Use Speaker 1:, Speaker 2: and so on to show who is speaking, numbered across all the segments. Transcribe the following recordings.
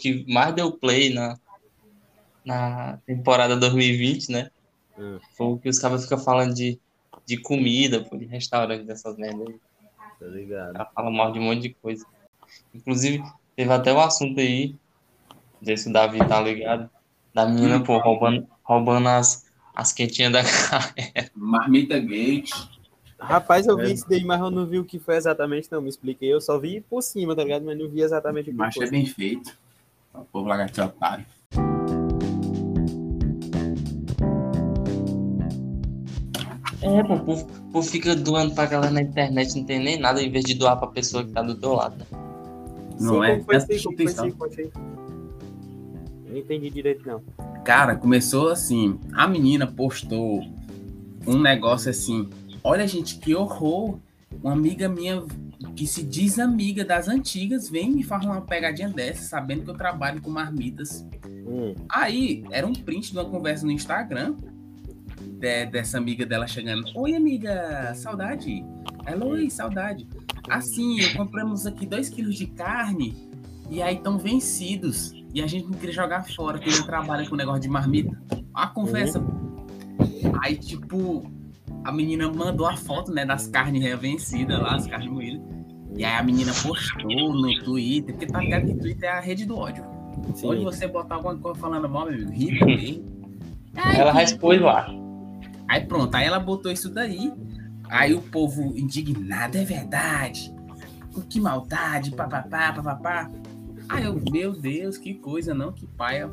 Speaker 1: que mais deu play na, na temporada 2020, né?
Speaker 2: É.
Speaker 1: Foi o que os caras ficam falando de, de comida, pô, de restaurante, dessas merdas. aí.
Speaker 2: Tá ligado?
Speaker 1: Ela fala mal de um monte de coisa. Inclusive, teve até um assunto aí, não sei se o Davi tá ligado, da menina, pô, roubando, roubando as, as quentinhas da cara.
Speaker 3: Marmita Gate.
Speaker 4: Rapaz, eu vi isso daí, mas eu não vi o que foi exatamente, não. Me expliquei. Eu só vi por cima, tá ligado? Mas não vi exatamente o que
Speaker 3: Mas é
Speaker 4: foi.
Speaker 3: bem feito. O povo lagarto é otário.
Speaker 1: É, pô, o povo, o povo fica doando pra galera na internet, não tem nem nada, em vez de doar pra pessoa que tá do teu lado. né?
Speaker 3: Não
Speaker 4: Sim,
Speaker 3: é?
Speaker 4: Como foi isso
Speaker 3: Presta
Speaker 4: aí? Como foi isso aí? Como foi
Speaker 3: atenção.
Speaker 4: isso aí? Não entendi direito, não.
Speaker 3: Cara, começou assim. A menina postou um negócio assim. Olha, gente, que horror. Uma amiga minha que se diz amiga das antigas vem me falar uma pegadinha dessa, sabendo que eu trabalho com marmitas.
Speaker 4: Hum.
Speaker 3: Aí, era um print de uma conversa no Instagram de- dessa amiga dela chegando. Oi, amiga, saudade. Ela, oi, saudade. Assim, eu compramos aqui 2 quilos de carne e aí estão vencidos. E a gente não queria jogar fora, que não trabalha com um negócio de marmita. A conversa. Aí, tipo, a menina mandou a foto, né, das carnes é, vencidas lá, as carnes moídas. E aí a menina postou no Twitter, porque tá ligado que Twitter é a rede do ódio. Onde
Speaker 4: Sim.
Speaker 3: você botar alguma coisa falando mal, meu amigo, ri também.
Speaker 1: Ela respôs lá.
Speaker 3: Aí pronto, aí ela botou isso daí. Aí o povo indignado, é verdade. Que maldade, papapá, papapá. Aí eu, meu Deus, que coisa, não, que paia.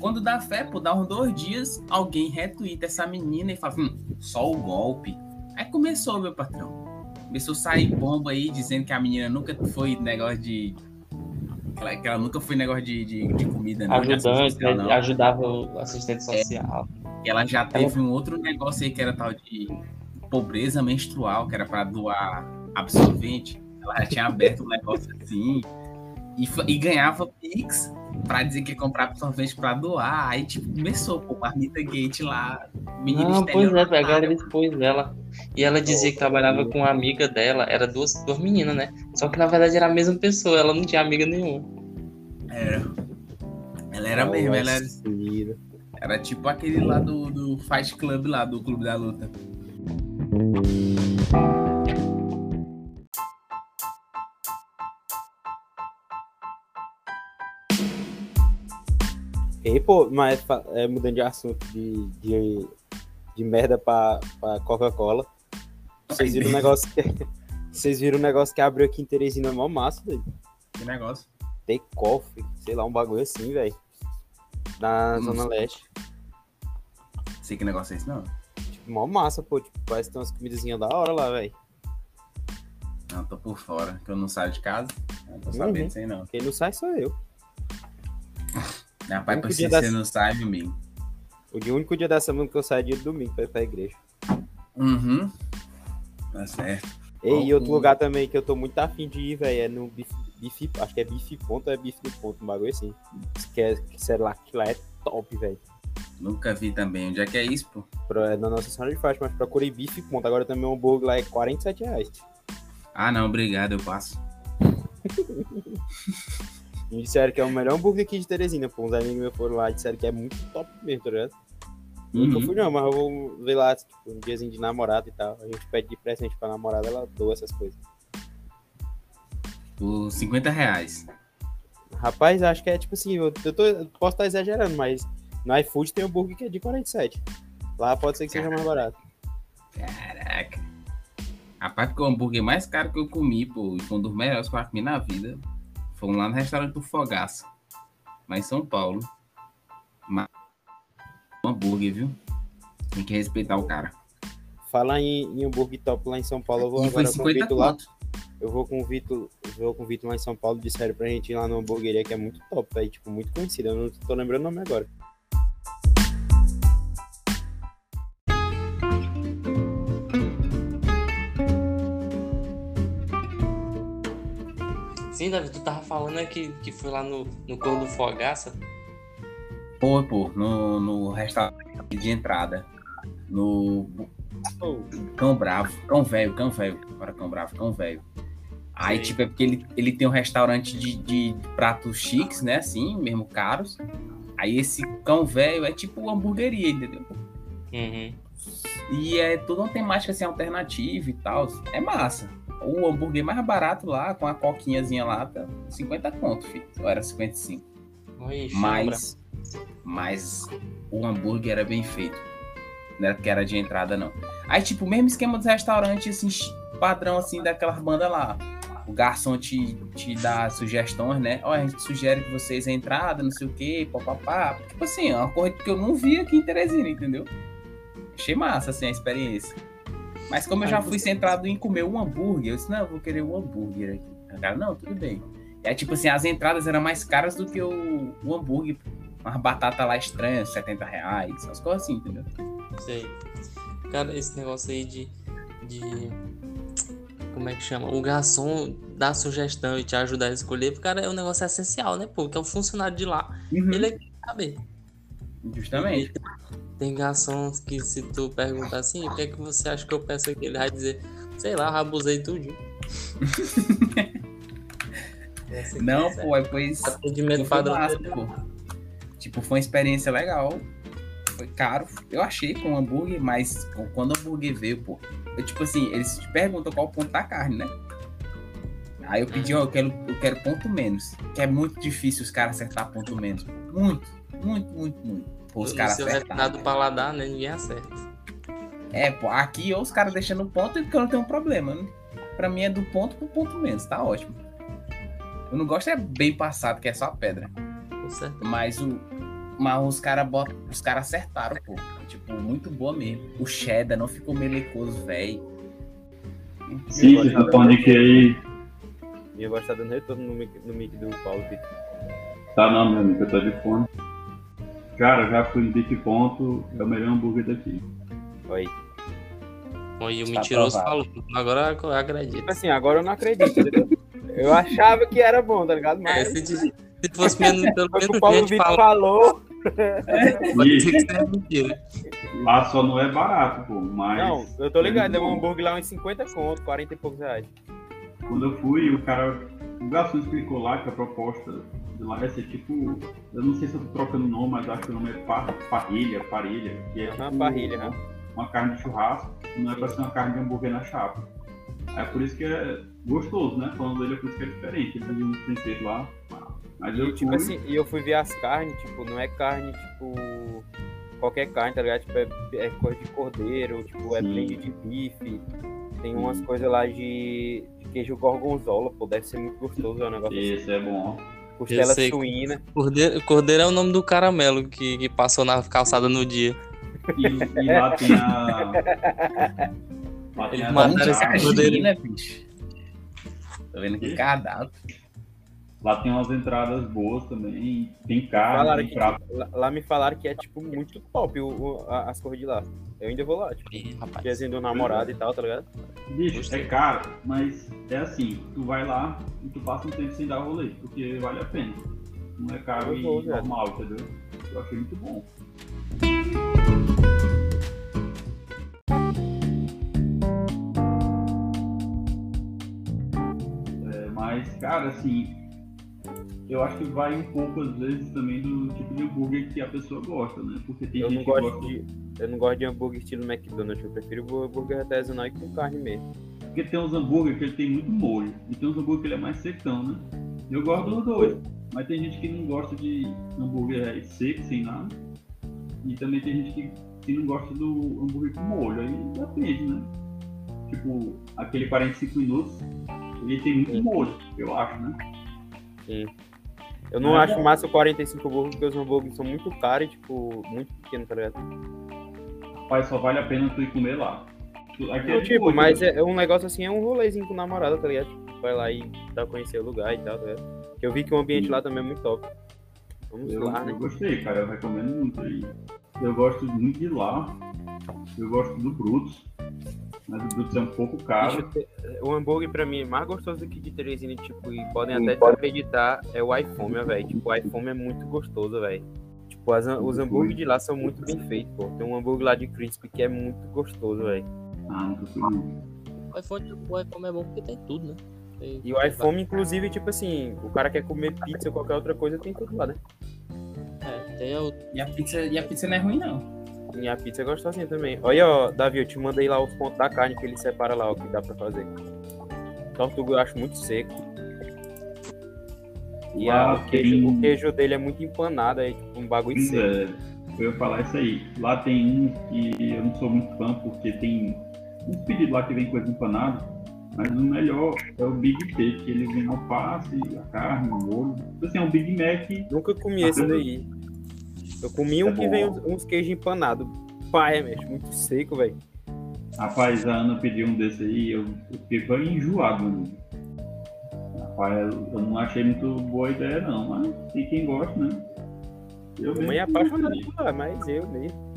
Speaker 3: Quando dá fé, pô, dá uns dois dias, alguém retuita essa menina e fala, hum, só o golpe. Aí começou, meu patrão. Começou a sair bomba aí, dizendo que a menina nunca foi negócio de... Que ela, que ela nunca foi negócio de, de, de comida, não. de
Speaker 1: Ajudante,
Speaker 3: assistência,
Speaker 1: né? ajudava o assistente social.
Speaker 3: que ela já
Speaker 1: Tá
Speaker 3: teve um outro negócio aí que era tal de pobreza menstrual, que era para doar absorvente. Ela já tinha aberto um negócio assim e, fa- e ganhava Pix pra dizer que ia comprar absorvente pra doar. Aí, tipo, começou, pô, Marmita Gate lá, menino
Speaker 1: Não, pois é, pô, a
Speaker 3: estereotipada.
Speaker 1: galera expôs ela. E ela dizia que trabalhava com uma amiga dela, era duas, duas meninas, né? Só que na verdade era a mesma pessoa, ela não tinha amiga nenhuma.
Speaker 3: Ela era é um mesmo, ela era,
Speaker 4: Sim.
Speaker 3: era tipo aquele lá do, do Fight Club lá, do Clube da Luta.
Speaker 4: E, pô, mas fa- é, mudando de assunto de, de, de merda pra, pra Coca-Cola. Vocês viram o negócio que. Vocês viram o negócio que abriu aqui em Teresina mó massa, velho.
Speaker 3: Que negócio.
Speaker 4: Take off, sei lá, um bagulho assim, velho. Na
Speaker 3: Hum.
Speaker 4: Zona Leste.
Speaker 3: Sei que negócio é esse, não.
Speaker 4: Tipo, mó massa, pô. Tipo, parece que tem umas comidazinhas da hora lá, velho.
Speaker 3: Não, tô por fora, que eu não saio de casa. Não tô sabendo
Speaker 4: Uhum.
Speaker 3: disso aí, não.
Speaker 4: Quem não sai sou eu.
Speaker 3: Rapaz, pra
Speaker 4: Único
Speaker 3: você,
Speaker 4: dia da-
Speaker 3: você não sabe, amigo.
Speaker 4: O dia- o único dia da semana que eu saio é dia de domingo pra ir pra igreja.
Speaker 3: Uhum. Tá certo.
Speaker 4: E, e outro
Speaker 3: Uhum.
Speaker 4: lugar também que eu tô muito afim de ir, velho, é no bife, bife. Acho que é bife ponto, é bife do ponto, um bagulho assim. Diz Que, é, que sei lá, que lá é top, velho.
Speaker 3: Nunca vi também. Onde é que é isso, pô?
Speaker 4: Pro- É na Nossa Senhora de Fátima, mas procurei bife ponto. Agora também o hambúrguer lá é 47 reais.
Speaker 3: Ah, não, obrigado, eu passo.
Speaker 4: Me disseram que é o melhor hambúrguer aqui de Teresina, pô. Uns amigos meus foram lá e disseram que é muito top mesmo, tá ligado? Nunca
Speaker 3: Uhum.
Speaker 4: fui não, mas eu vou ver lá, tipo, um diazinho de namorada e tal. A gente pede de presente pra namorada, ela doa essas coisas.
Speaker 3: Por 50 reais.
Speaker 4: Rapaz, acho que é tipo assim, eu, eu tô- eu posso estar exagerando, mas no iFood tem hambúrguer que é de 47. Lá pode ser que seja mais barato.
Speaker 3: Caraca. Rapaz, porque o hambúrguer mais caro que eu comi, pô, e foi um dos melhores que eu comi na vida. Fomos lá no restaurante do Fogaça, lá em São Paulo. Mas... Um hambúrguer, viu? Tem que respeitar o cara.
Speaker 4: Falar em, em hambúrguer top lá em São Paulo, eu vou
Speaker 3: E foi
Speaker 4: agora com o
Speaker 3: 50
Speaker 4: Vitor lá.
Speaker 3: conto.
Speaker 4: Eu vou com o Vitor, eu vou com o Vitor lá em São Paulo, disseram pra gente ir lá numa hamburgueria que é muito top, velho. Tipo, muito conhecida. Eu não tô lembrando o nome agora.
Speaker 1: Sim, Davi, tu tava falando né, que, que foi lá no, no Cor do Fogaça.
Speaker 3: Pô, pô, no, no restaurante de entrada. No Cão Bravo, Cão Velho, Cão Velho, agora Cão Bravo, Cão Velho. Aí, tipo, é porque ele, ele tem um restaurante de, de pratos chiques, né? Assim, mesmo caros. Aí esse cão velho é tipo uma hamburgueria, entendeu?
Speaker 1: Uhum.
Speaker 3: E é toda uma temática assim, alternativa e tal. É massa. O hambúrguer mais barato lá, com a coquinhazinha lá, tá 50 conto, filho. Ou era 55.
Speaker 1: Oi, chibra.
Speaker 3: Mas, mas o hambúrguer era bem feito. Não era porque era de entrada, não. Aí, tipo, o mesmo esquema dos restaurantes, assim, chi- padrão, assim, daquelas bandas lá. O garçom te, te dá sugestões, né? Ó, a gente sugere que vocês a entrada, não sei o quê, papapá. Tipo assim, é uma coisa que eu não vi aqui em Teresina, entendeu? Achei massa, assim, a experiência. Mas como eu já fui centrado em comer um hambúrguer, eu disse, não, eu vou querer um hambúrguer aqui. A cara, não, tudo bem. É tipo assim, as entradas eram mais caras do que o, o hambúrguer. Umas batatas lá estranhas, 70 reais, umas coisas assim, entendeu?
Speaker 1: Sei. Cara, esse negócio aí de, de. Como é que chama? O garçom dá sugestão e te ajudar a escolher, cara, é um negócio essencial, né? Pô, que é o funcionário de lá. Ele é que tem que saber.
Speaker 3: Justamente.
Speaker 1: Então, Tem garçom que se tu perguntar assim, o que é que você acha que eu peço aqui? Ele vai dizer, sei lá, rabusei tudinho. Essa aqui
Speaker 3: Não,
Speaker 1: é
Speaker 3: pô, é pois.
Speaker 1: Atendimento
Speaker 3: Foi
Speaker 1: padrão.
Speaker 3: massa, né, pô. Tipo, foi uma experiência legal. Foi caro. Eu achei com hambúrguer, mas com- quando o hambúrguer veio, pô. Eu, tipo assim, eles te perguntam qual o ponto da carne, né? Aí eu pedi, ó, eu quero, eu quero ponto menos. Que é muito difícil os caras acertar ponto menos. pô. Muito, muito, muito, muito. Pô, os
Speaker 1: O
Speaker 3: caras
Speaker 1: seu
Speaker 3: acertaram.
Speaker 1: refinado paladar, né? Ninguém acerta.
Speaker 3: É, pô, aqui ou os caras deixando ponto, é porque eu não tenho problema. Né? Pra mim é do ponto pro ponto menos, tá ótimo. Eu não gosto é bem passado, que é só a pedra.
Speaker 1: Com certeza.
Speaker 3: Mas o. Mas os caras os cara acertaram, pô. Tipo, muito boa mesmo. O cheddar não ficou melecoso, velho.
Speaker 2: Sim, você tá falando de que aí.
Speaker 4: Minha voz tá dando retorno no mic, no mic do Paulo Vitor.
Speaker 2: Tá não, meu amigo, eu tô de fome. Cara, já fui no Big Ponto, é o melhor hambúrguer daqui.
Speaker 4: Olha aí.
Speaker 1: Bom, e o
Speaker 3: Está
Speaker 1: mentiroso falou.
Speaker 3: Tá aprovado.
Speaker 1: Agora eu acredito.
Speaker 4: Assim, agora eu não acredito, entendeu? Eu achava que era bom, tá ligado?
Speaker 1: É,
Speaker 4: Mas
Speaker 1: se, te- se fosse menos, pelo
Speaker 4: foi o que
Speaker 1: menos a
Speaker 4: o Paulo
Speaker 1: gente
Speaker 4: Vitor
Speaker 1: fala,
Speaker 4: falou.
Speaker 1: pode dizer
Speaker 2: E
Speaker 1: que isso é mentira.
Speaker 2: lá só não é barato, pô, mas.
Speaker 4: Não, eu tô ligado, é um hambúrguer lá uns 50 conto, 40 e poucos reais.
Speaker 2: Quando eu fui, o cara. O garçom explicou lá que a proposta de lá vai ser tipo. Eu não sei se eu tô trocando o nome, mas acho que o nome é par, parrilha, parrilha. Que é
Speaker 4: Aham,
Speaker 2: tipo
Speaker 4: Ah, parrilha, né? aham.
Speaker 2: Uma carne de churrasco, não é pra ser uma carne de hambúrguer na chapa. É por isso que é gostoso, né? Falando dele é por isso que é diferente. Ele tem um tempero lá. Mas eu
Speaker 4: Tipo
Speaker 2: fui,
Speaker 4: assim, e eu fui ver as carnes, tipo, não é carne, tipo, qualquer carne, tá ligado? Tipo, é, é coisa de cordeiro, tipo, é
Speaker 2: Sim.
Speaker 4: blend de bife, tem
Speaker 2: Sim.
Speaker 4: umas coisas lá de, de queijo gorgonzola, pô, deve ser muito gostoso, é um negócio assim.
Speaker 2: Esse é bom.
Speaker 4: Costela
Speaker 1: sei.
Speaker 4: suína.
Speaker 1: Cordeiro, cordeiro é o nome do caramelo que, que passou na calçada no dia.
Speaker 2: E, e lá tem a. Lá
Speaker 3: tá
Speaker 2: tem a.
Speaker 1: Mataram
Speaker 2: lá-
Speaker 1: esse cara.
Speaker 3: Imagina, né, bicho. Tô vendo que cardápio.
Speaker 2: Lá tem umas entradas boas também. Tem carne,
Speaker 4: Falaram
Speaker 2: tem
Speaker 4: que-
Speaker 2: prato.
Speaker 4: Lá, lá me falaram que é, tipo, muito top o, o- a- as cores de lá. Eu ainda vou lá, tipo,
Speaker 1: Ih, rapaz.
Speaker 4: desenho do namorado e tal, tá ligado?
Speaker 2: Bicho,
Speaker 1: Gostei.
Speaker 2: é caro, mas é assim, tu vai lá e tu passa um tempo sem dar rolê, porque vale a pena. Não é caro
Speaker 4: Eu vou,
Speaker 2: e
Speaker 4: velho.
Speaker 2: normal, entendeu? Eu achei muito bom. É, mas, cara, assim, eu acho que vai um pouco, às vezes, também do tipo de hambúrguer que a pessoa gosta, né? Porque tem
Speaker 4: Eu
Speaker 2: gente
Speaker 4: não
Speaker 2: que
Speaker 4: gosto
Speaker 2: gosta
Speaker 4: de... Eu não gosto de hambúrguer estilo McDonald's, eu prefiro hambúrguer artesanal e com carne mesmo.
Speaker 2: Porque tem uns hambúrguer que ele tem muito molho. E tem uns hambúrguer que ele é mais secão, né? Eu gosto dos dois. Mas tem gente que não gosta de hambúrguer seco, sem nada. E também tem gente que, que não gosta do hambúrguer com molho. Aí depende, né? Tipo, aquele 45 minutos, ele tem muito
Speaker 4: Sim.
Speaker 2: molho, eu acho, né?
Speaker 4: Eu não
Speaker 2: Ah,
Speaker 4: acho
Speaker 2: não.
Speaker 4: massa o 45 hambúrguer, porque os hambúrgueres são muito caros e, tipo, muito pequenos, tá ligado?
Speaker 2: Mas só vale a pena tu ir comer lá. Tu- aqui é
Speaker 4: Não,
Speaker 2: de
Speaker 4: tipo,
Speaker 2: boa,
Speaker 4: mas
Speaker 2: né?
Speaker 4: é é um negócio assim, é um rolezinho com namorada, tá ligado? Tipo, vai lá e dá a conhecer o lugar e tal, tá ligado? Que eu vi que o ambiente lá também é muito top. Vamos
Speaker 2: Eu,
Speaker 4: lá,
Speaker 2: eu
Speaker 4: né?
Speaker 2: gostei, cara. Eu recomendo muito aí. Eu gosto muito de lá. Eu gosto do Brutus. Mas o Brutus é um pouco caro.
Speaker 4: Bicho, te- o hambúrguer pra mim é mais gostoso aqui de Teresina, tipo, e podem
Speaker 2: Sim,
Speaker 4: até
Speaker 2: pode.
Speaker 4: acreditar, é o iFome, ó, velho. Tipo, o iFome é muito gostoso, velho. Tipo, as- os hambúrgueres de lá são muito bem feitos, pô. Tem um hambúrguer lá de crispy que é muito gostoso, velho.
Speaker 2: Ah, nunca fui não.
Speaker 1: O iPhone, o iPhone é bom porque tem tudo, né?
Speaker 4: E o iFome, inclusive, tipo assim, o cara quer comer pizza ou qualquer outra coisa, tem tudo lá, né?
Speaker 1: É, tem outro.
Speaker 3: E a pizza, e a pizza não é ruim, não.
Speaker 4: E a pizza é gostosinha também. Olha, ó, Davi, eu te mandei lá os pontos da carne que ele separa lá, o que dá pra fazer. Tortuga eu acho muito seco. E a- o,
Speaker 2: Lá
Speaker 4: queijo,
Speaker 2: tem-
Speaker 4: o queijo dele é muito empanado, é tipo um bagulho
Speaker 2: Pois
Speaker 4: seco.
Speaker 2: é, eu ia falar isso aí. Lá tem um que eu não sou muito fã, porque tem uns pedidos lá que vem coisa empanada, mas o melhor é o Big T, que ele vem alface, a carne, o molho. Tipo assim, é um Big Mac.
Speaker 4: Nunca comi esse daí. Eu comi um
Speaker 2: Uhum. É
Speaker 4: que
Speaker 2: bom.
Speaker 4: vem uns, uns queijos empanados. Pai, mexe, muito seco, velho.
Speaker 2: Rapaz, a Ana pediu um desse aí, eu, eu fiquei bem enjoado, mano. Rapaz, eu eu não achei muito boa ideia, não, mas tem quem gosta, né? Eu
Speaker 4: Minha mãe é
Speaker 2: mesmo-
Speaker 4: apaixonada por lá, mas eu mesmo.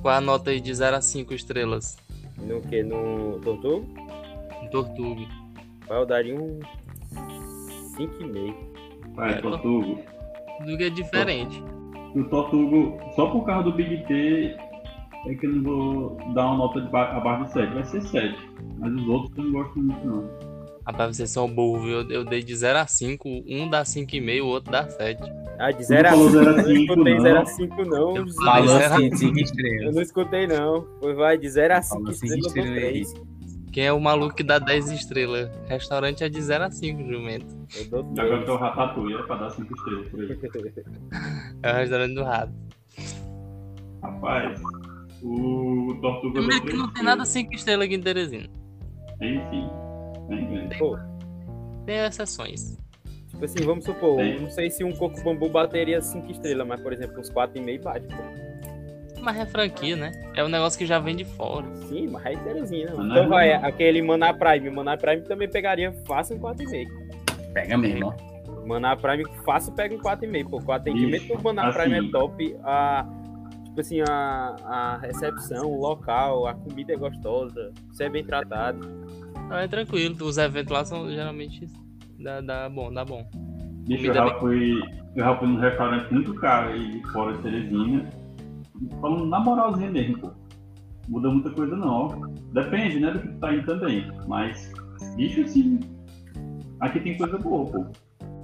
Speaker 1: Qual a nota aí de 0 a 5 estrelas?
Speaker 4: No que? No Tortuga?
Speaker 1: Um Tortuga.
Speaker 4: Vai, eu daria um 5,5.
Speaker 2: Rapaz, Tortugo.
Speaker 1: Do que é diferente.
Speaker 2: O Tortugo, só por causa do Big T, é que eu não vou dar uma nota de ba- abaixo de 7. Vai ser 7. Mas os outros eu não gosto muito, não.
Speaker 1: Rapaz, vocês são burros, viu? Eu, eu dei de 0 a 5, um dá 5,5, o outro dá 7.
Speaker 4: Ah, de 0 a
Speaker 2: falou
Speaker 4: 5.
Speaker 2: zero a
Speaker 4: Eu não
Speaker 2: cinco,
Speaker 4: escutei
Speaker 2: não.
Speaker 4: 0 a 5, não.
Speaker 1: Eu falei
Speaker 3: Falou
Speaker 1: zero a-
Speaker 3: assim, cinco
Speaker 4: Eu
Speaker 3: estrelas.
Speaker 4: não escutei, não. Foi, vai, de 0 a 5,
Speaker 3: Falou assim,
Speaker 4: estrelas
Speaker 3: estrela
Speaker 4: ou
Speaker 3: aí.
Speaker 4: 3.
Speaker 1: Quem é o maluco que dá 10 estrelas? Restaurante é de 0 a 5, jumento.
Speaker 4: Eu dou
Speaker 2: Agora que eu
Speaker 4: 3.
Speaker 2: ratatouille, era pra dar 5 estrelas por aí.
Speaker 1: É o restaurante do rato.
Speaker 2: Rapaz, o Tortuga...
Speaker 1: Primeiro
Speaker 2: deu
Speaker 1: que não
Speaker 2: três
Speaker 1: tem nada
Speaker 2: estrelas.
Speaker 1: 5 estrelas aqui em Teresina.
Speaker 2: Enfim, tem, tem.
Speaker 4: Pô,
Speaker 1: Tem exceções.
Speaker 4: tipo assim, vamos supor,
Speaker 2: Tem.
Speaker 4: eu não sei se um coco bambu bateria 5 estrelas, mas, por exemplo, uns 4,5 bate. pô.
Speaker 1: Mas é franquia, né? É um negócio que já vem de fora.
Speaker 4: Sim, mas é inteirozinho,
Speaker 2: Mas
Speaker 4: não.
Speaker 2: não é
Speaker 4: Então vai,
Speaker 2: ruim, não.
Speaker 4: aquele Maná Prime. Maná Prime também pegaria fácil um 4,5.
Speaker 3: Pega mesmo, ó.
Speaker 4: Maná Prime fácil pega um 4,5, pô. 4,5.
Speaker 2: Bicho,
Speaker 4: Mesmo que o Maná
Speaker 2: assim-
Speaker 4: Prime é top, a... Tipo assim, a, a recepção, o local, a comida é gostosa, você é bem tratado.
Speaker 1: Então é tranquilo, os eventos lá são geralmente. Dá, dá bom, dá bom.
Speaker 2: Bicho, eu
Speaker 1: Comida
Speaker 2: já fui, eu já fui num restaurante muito caro aí fora de Teresina. Falando na moralzinha mesmo, pô. Muda muita coisa não, ó. Depende, né, do que tu tá indo também. Mas, bicho, assim, aqui tem coisa boa, pô.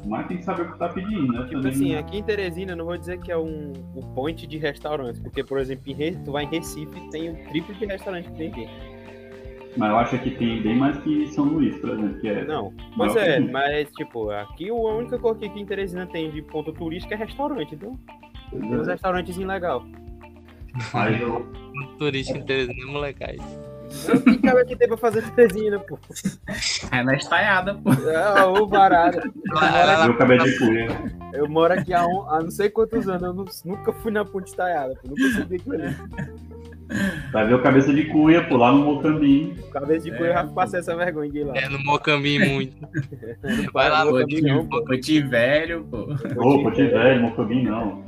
Speaker 2: Mas tem que saber o que tá pedindo, né?
Speaker 4: Tipo
Speaker 2: também,
Speaker 4: assim,
Speaker 2: né?
Speaker 4: aqui em Teresina, eu não vou dizer que é um, um point de restaurante, porque, por exemplo, em Re- tu vai em Recife e tem o triplo de restaurante que tem aqui.
Speaker 2: Mas eu acho que tem bem mais que São Luís, por exemplo, que é...
Speaker 4: Não,
Speaker 2: maior
Speaker 4: mas é,
Speaker 2: que-
Speaker 4: mas tipo, aqui a única coisa que aqui em Teresina tem de ponto turístico é restaurante, então tem
Speaker 3: Uhum.
Speaker 4: uns restaurantezinhos legais.
Speaker 2: Aí eu...
Speaker 1: Turista em Teresina, é molecais.
Speaker 4: O que cara que tem pra fazer em Teresina, pô?
Speaker 3: É na estaiada, pô.
Speaker 4: Ah, ô, barada.
Speaker 2: eu acabei de correr.
Speaker 4: Eu moro aqui há, um- há não sei quantos anos, eu nu- nunca fui na Ponte Estaiada, pô. Nunca subi aquilo ali.
Speaker 2: Vai ver o cabeça de cuia, pô, lá no Mocambinho.
Speaker 4: Cabeça de
Speaker 3: É,
Speaker 4: cu, eu já passei essa vergonha de ir lá.
Speaker 1: É, no Mocambi muito. Vai lá,
Speaker 4: Pô,
Speaker 3: Pô,
Speaker 4: também não, pô.
Speaker 3: de velho, É, pô.
Speaker 2: Ô, Poti
Speaker 1: é.
Speaker 2: Velho, Mocambinho não.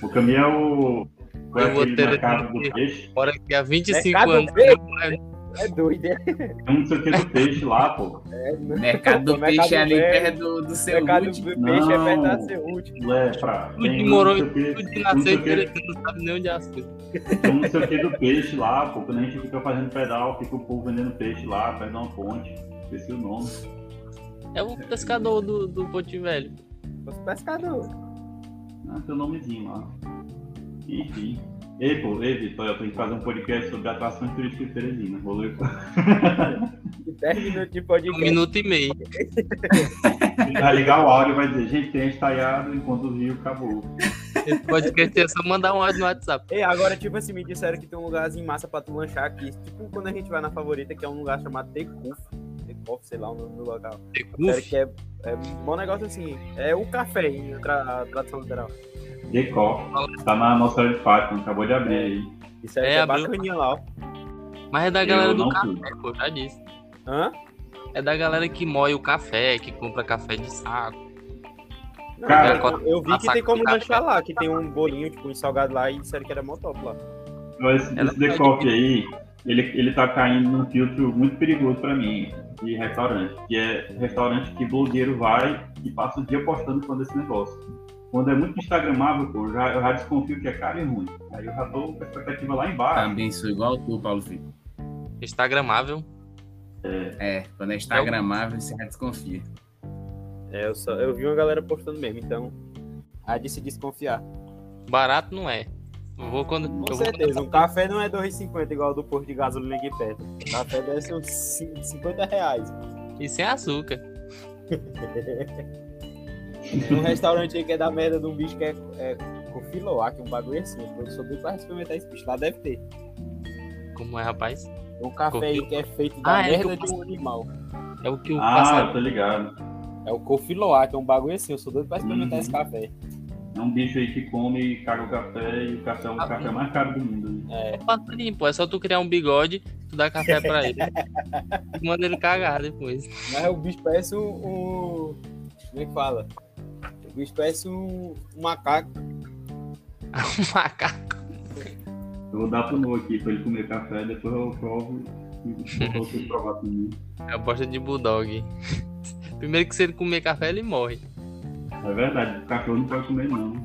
Speaker 2: Mocambinho é o... Foi
Speaker 1: Eu vou
Speaker 2: aquele
Speaker 1: ter-
Speaker 2: mercado do peixe.
Speaker 1: Bora que há 25
Speaker 4: Mercado
Speaker 1: anos.
Speaker 4: É doido, é?
Speaker 2: Tem um não sei o que do peixe lá, pô.
Speaker 4: É, não.
Speaker 3: Mercado do
Speaker 4: Pô, mercado
Speaker 3: peixe é ali
Speaker 4: velho,
Speaker 3: perto do, do seu
Speaker 4: Mercado do
Speaker 3: último.
Speaker 4: peixe
Speaker 2: Não.
Speaker 4: é verdade ser útil.
Speaker 2: É, pra.
Speaker 1: Tudo de
Speaker 2: Tem um
Speaker 1: Moroi,
Speaker 2: não sei o
Speaker 1: Tudo
Speaker 2: que-
Speaker 1: de
Speaker 2: um não sei
Speaker 1: nascer
Speaker 2: o que-
Speaker 1: Teresina, não sabe nem onde é as coisas.
Speaker 2: tem um não sei o que do peixe lá, pô. Quando a gente fica fazendo pedal, fica o povo vendendo peixe lá, perto de uma ponte. Esqueci o nome.
Speaker 1: É o pescador do, do Ponte Velho.
Speaker 4: Os pescadores.
Speaker 2: Ah, seu nomezinho lá. Enfim. Ei, pô, ei, Vitor, eu tenho que fazer um podcast sobre atrações turísticas de Teresina. Rolou
Speaker 4: De 10 minutos de
Speaker 1: Um
Speaker 4: podcast.
Speaker 1: minuto e meio.
Speaker 2: Vai ligar o áudio e vai dizer, gente, tem estaiado enquanto o rio acabou.
Speaker 1: Esse podcast é só mandar um áudio no WhatsApp.
Speaker 4: Ei, agora, tipo assim, me disseram que tem um lugarzinho massa pra tu lanchar aqui. Tipo, quando a gente vai na favorita, que é um lugar chamado Tecuf. Tecuf, sei lá o nome do local. Disseram
Speaker 1: Uf,
Speaker 4: que é, é um bom negócio assim. É o café, em tra- tradução literal.
Speaker 2: Decó. Tá na nossa hora de Fátima, acabou de abrir aí.
Speaker 4: Disseram
Speaker 1: É,
Speaker 4: que é
Speaker 1: abriu.
Speaker 4: bacaninha lá, ó.
Speaker 1: Mas é da galera
Speaker 2: eu
Speaker 1: do
Speaker 2: não
Speaker 1: café,
Speaker 2: fui.
Speaker 1: pô, já disse.
Speaker 4: Hã?
Speaker 1: É da galera que moe o café, que compra café de saco.
Speaker 4: Não,
Speaker 2: Cara,
Speaker 4: eu, eu vi que
Speaker 1: a
Speaker 4: tem como
Speaker 1: saco-
Speaker 4: lanchar lá, que tem um bolinho, tipo, um salgado lá e disseram que era mó top lá.
Speaker 2: Esse,
Speaker 1: Ela
Speaker 2: esse decoff aí, ele, ele tá caindo num filtro muito perigoso pra mim de restaurante, que é restaurante que blogueiro vai e passa o dia postando quando esse negócio. Quando é muito instagramável, pô, eu já, eu já desconfio que é caro e ruim. Aí eu
Speaker 1: Tá
Speaker 2: já
Speaker 3: Tá,
Speaker 2: tô com a expectativa lá embaixo.
Speaker 3: Também sou igual tu, Paulo Filho.
Speaker 1: Instagramável.
Speaker 3: É, quando é instagramável, você já desconfia.
Speaker 4: É, eu, só, eu vi uma galera postando mesmo, então há de se desconfiar.
Speaker 1: Barato não é. Eu vou quando.
Speaker 4: Com
Speaker 1: eu vou
Speaker 4: certeza, um café não é 2,50 igual ao do posto de gasolina aqui perto. Um café deve ser uns cin- 50 reais.
Speaker 1: E sem açúcar.
Speaker 4: Um restaurante aí que é da merda de um bicho que é, é com filoá, que é um bagulho assim. Eu sou doido pra experimentar esse bicho, lá deve ter.
Speaker 1: Como é, rapaz?
Speaker 4: Um café aí que é feito
Speaker 1: Ah,
Speaker 4: da
Speaker 1: é
Speaker 4: merda
Speaker 1: que eu
Speaker 4: de um animal.
Speaker 1: É o que o
Speaker 2: Ah,
Speaker 1: passarinho.
Speaker 2: tá ligado.
Speaker 4: É o cofiloá, que é um bagulho assim. Eu sou doido pra experimentar
Speaker 2: Uhum.
Speaker 4: esse café.
Speaker 2: É um bicho aí que come e caga o café e o café é o
Speaker 1: Ah,
Speaker 2: café mais caro do mundo. né?
Speaker 4: É,
Speaker 1: passarinho, pô. É só tu criar um bigode, tu dá café pra ele. e manda ele cagar depois.
Speaker 4: mas é o bicho parece um. um- Como é que fala? O bicho parece um, um macaco.
Speaker 1: é Macaco.
Speaker 2: Eu vou dar pro Noah aqui pra ele comer café, depois eu provo e vou você provar pra mim.
Speaker 1: É a bosta de bulldog. Primeiro que se ele comer café, ele morre.
Speaker 2: É verdade, cachorro não pode comer não.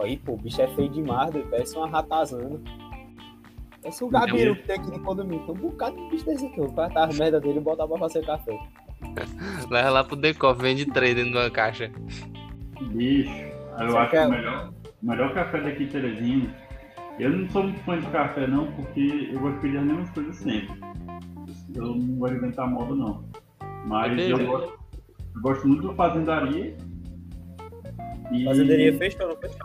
Speaker 4: Aí, pô, o bicho é feio demais, doido. Parece uma ratazana. Parece um gabiru que tem aqui no condomínio. Tem um bocado de bicho desse aqui. Eu vou catar as merda dele e botar pra fazer café.
Speaker 1: Leva lá pro Decor, vende três dentro de uma caixa.
Speaker 2: Bicho, eu
Speaker 4: Você
Speaker 2: acho que
Speaker 4: quer-
Speaker 2: o melhor, o melhor café daqui em Teresina. Eu não sou muito fã de café, não, porque eu gosto de pedir as mesmas coisas sempre. Eu não vou inventar moda, não.
Speaker 1: Vai
Speaker 2: Mas
Speaker 1: ver, né?
Speaker 2: eu gosto, eu gosto muito do Fazendaria. E,
Speaker 4: Fazenderia fechou, não fechou?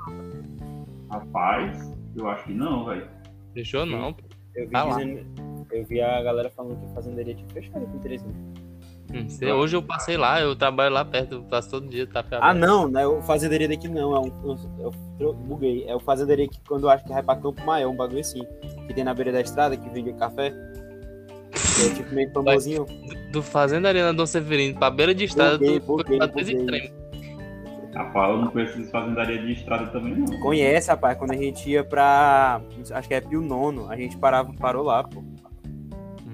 Speaker 2: Rapaz, eu acho que não, velho.
Speaker 1: Fechou não, pô.
Speaker 4: Eu vi,
Speaker 1: Tá lá.
Speaker 4: dizendo- eu vi a galera falando que fazenderia tinha fechado aqui em Teresina.
Speaker 1: Hum, sei, hoje eu passei lá, eu trabalho lá perto, eu passo todo dia, tá
Speaker 4: Ah, não, não é o fazenderia daqui não. É um, um- eu tro- buguei. É o fazenderia que quando eu acho que vai pra Campo Maior, um bagulho assim. Que tem na beira da estrada, que vende café. Que é tipo meio famosinho.
Speaker 1: Do Fazenda Arena Dom Severino pra beira de estrada,
Speaker 4: Buguei,
Speaker 1: tu foi
Speaker 4: buguei,
Speaker 1: pra dois
Speaker 4: buguei.
Speaker 1: extremos.
Speaker 2: Rapaz, eu não conheço essas fazendarias de estrada também, não.
Speaker 4: Conhece, rapaz, quando a gente ia pra. Acho que é Pio Nono, a gente parava, parou lá, pô.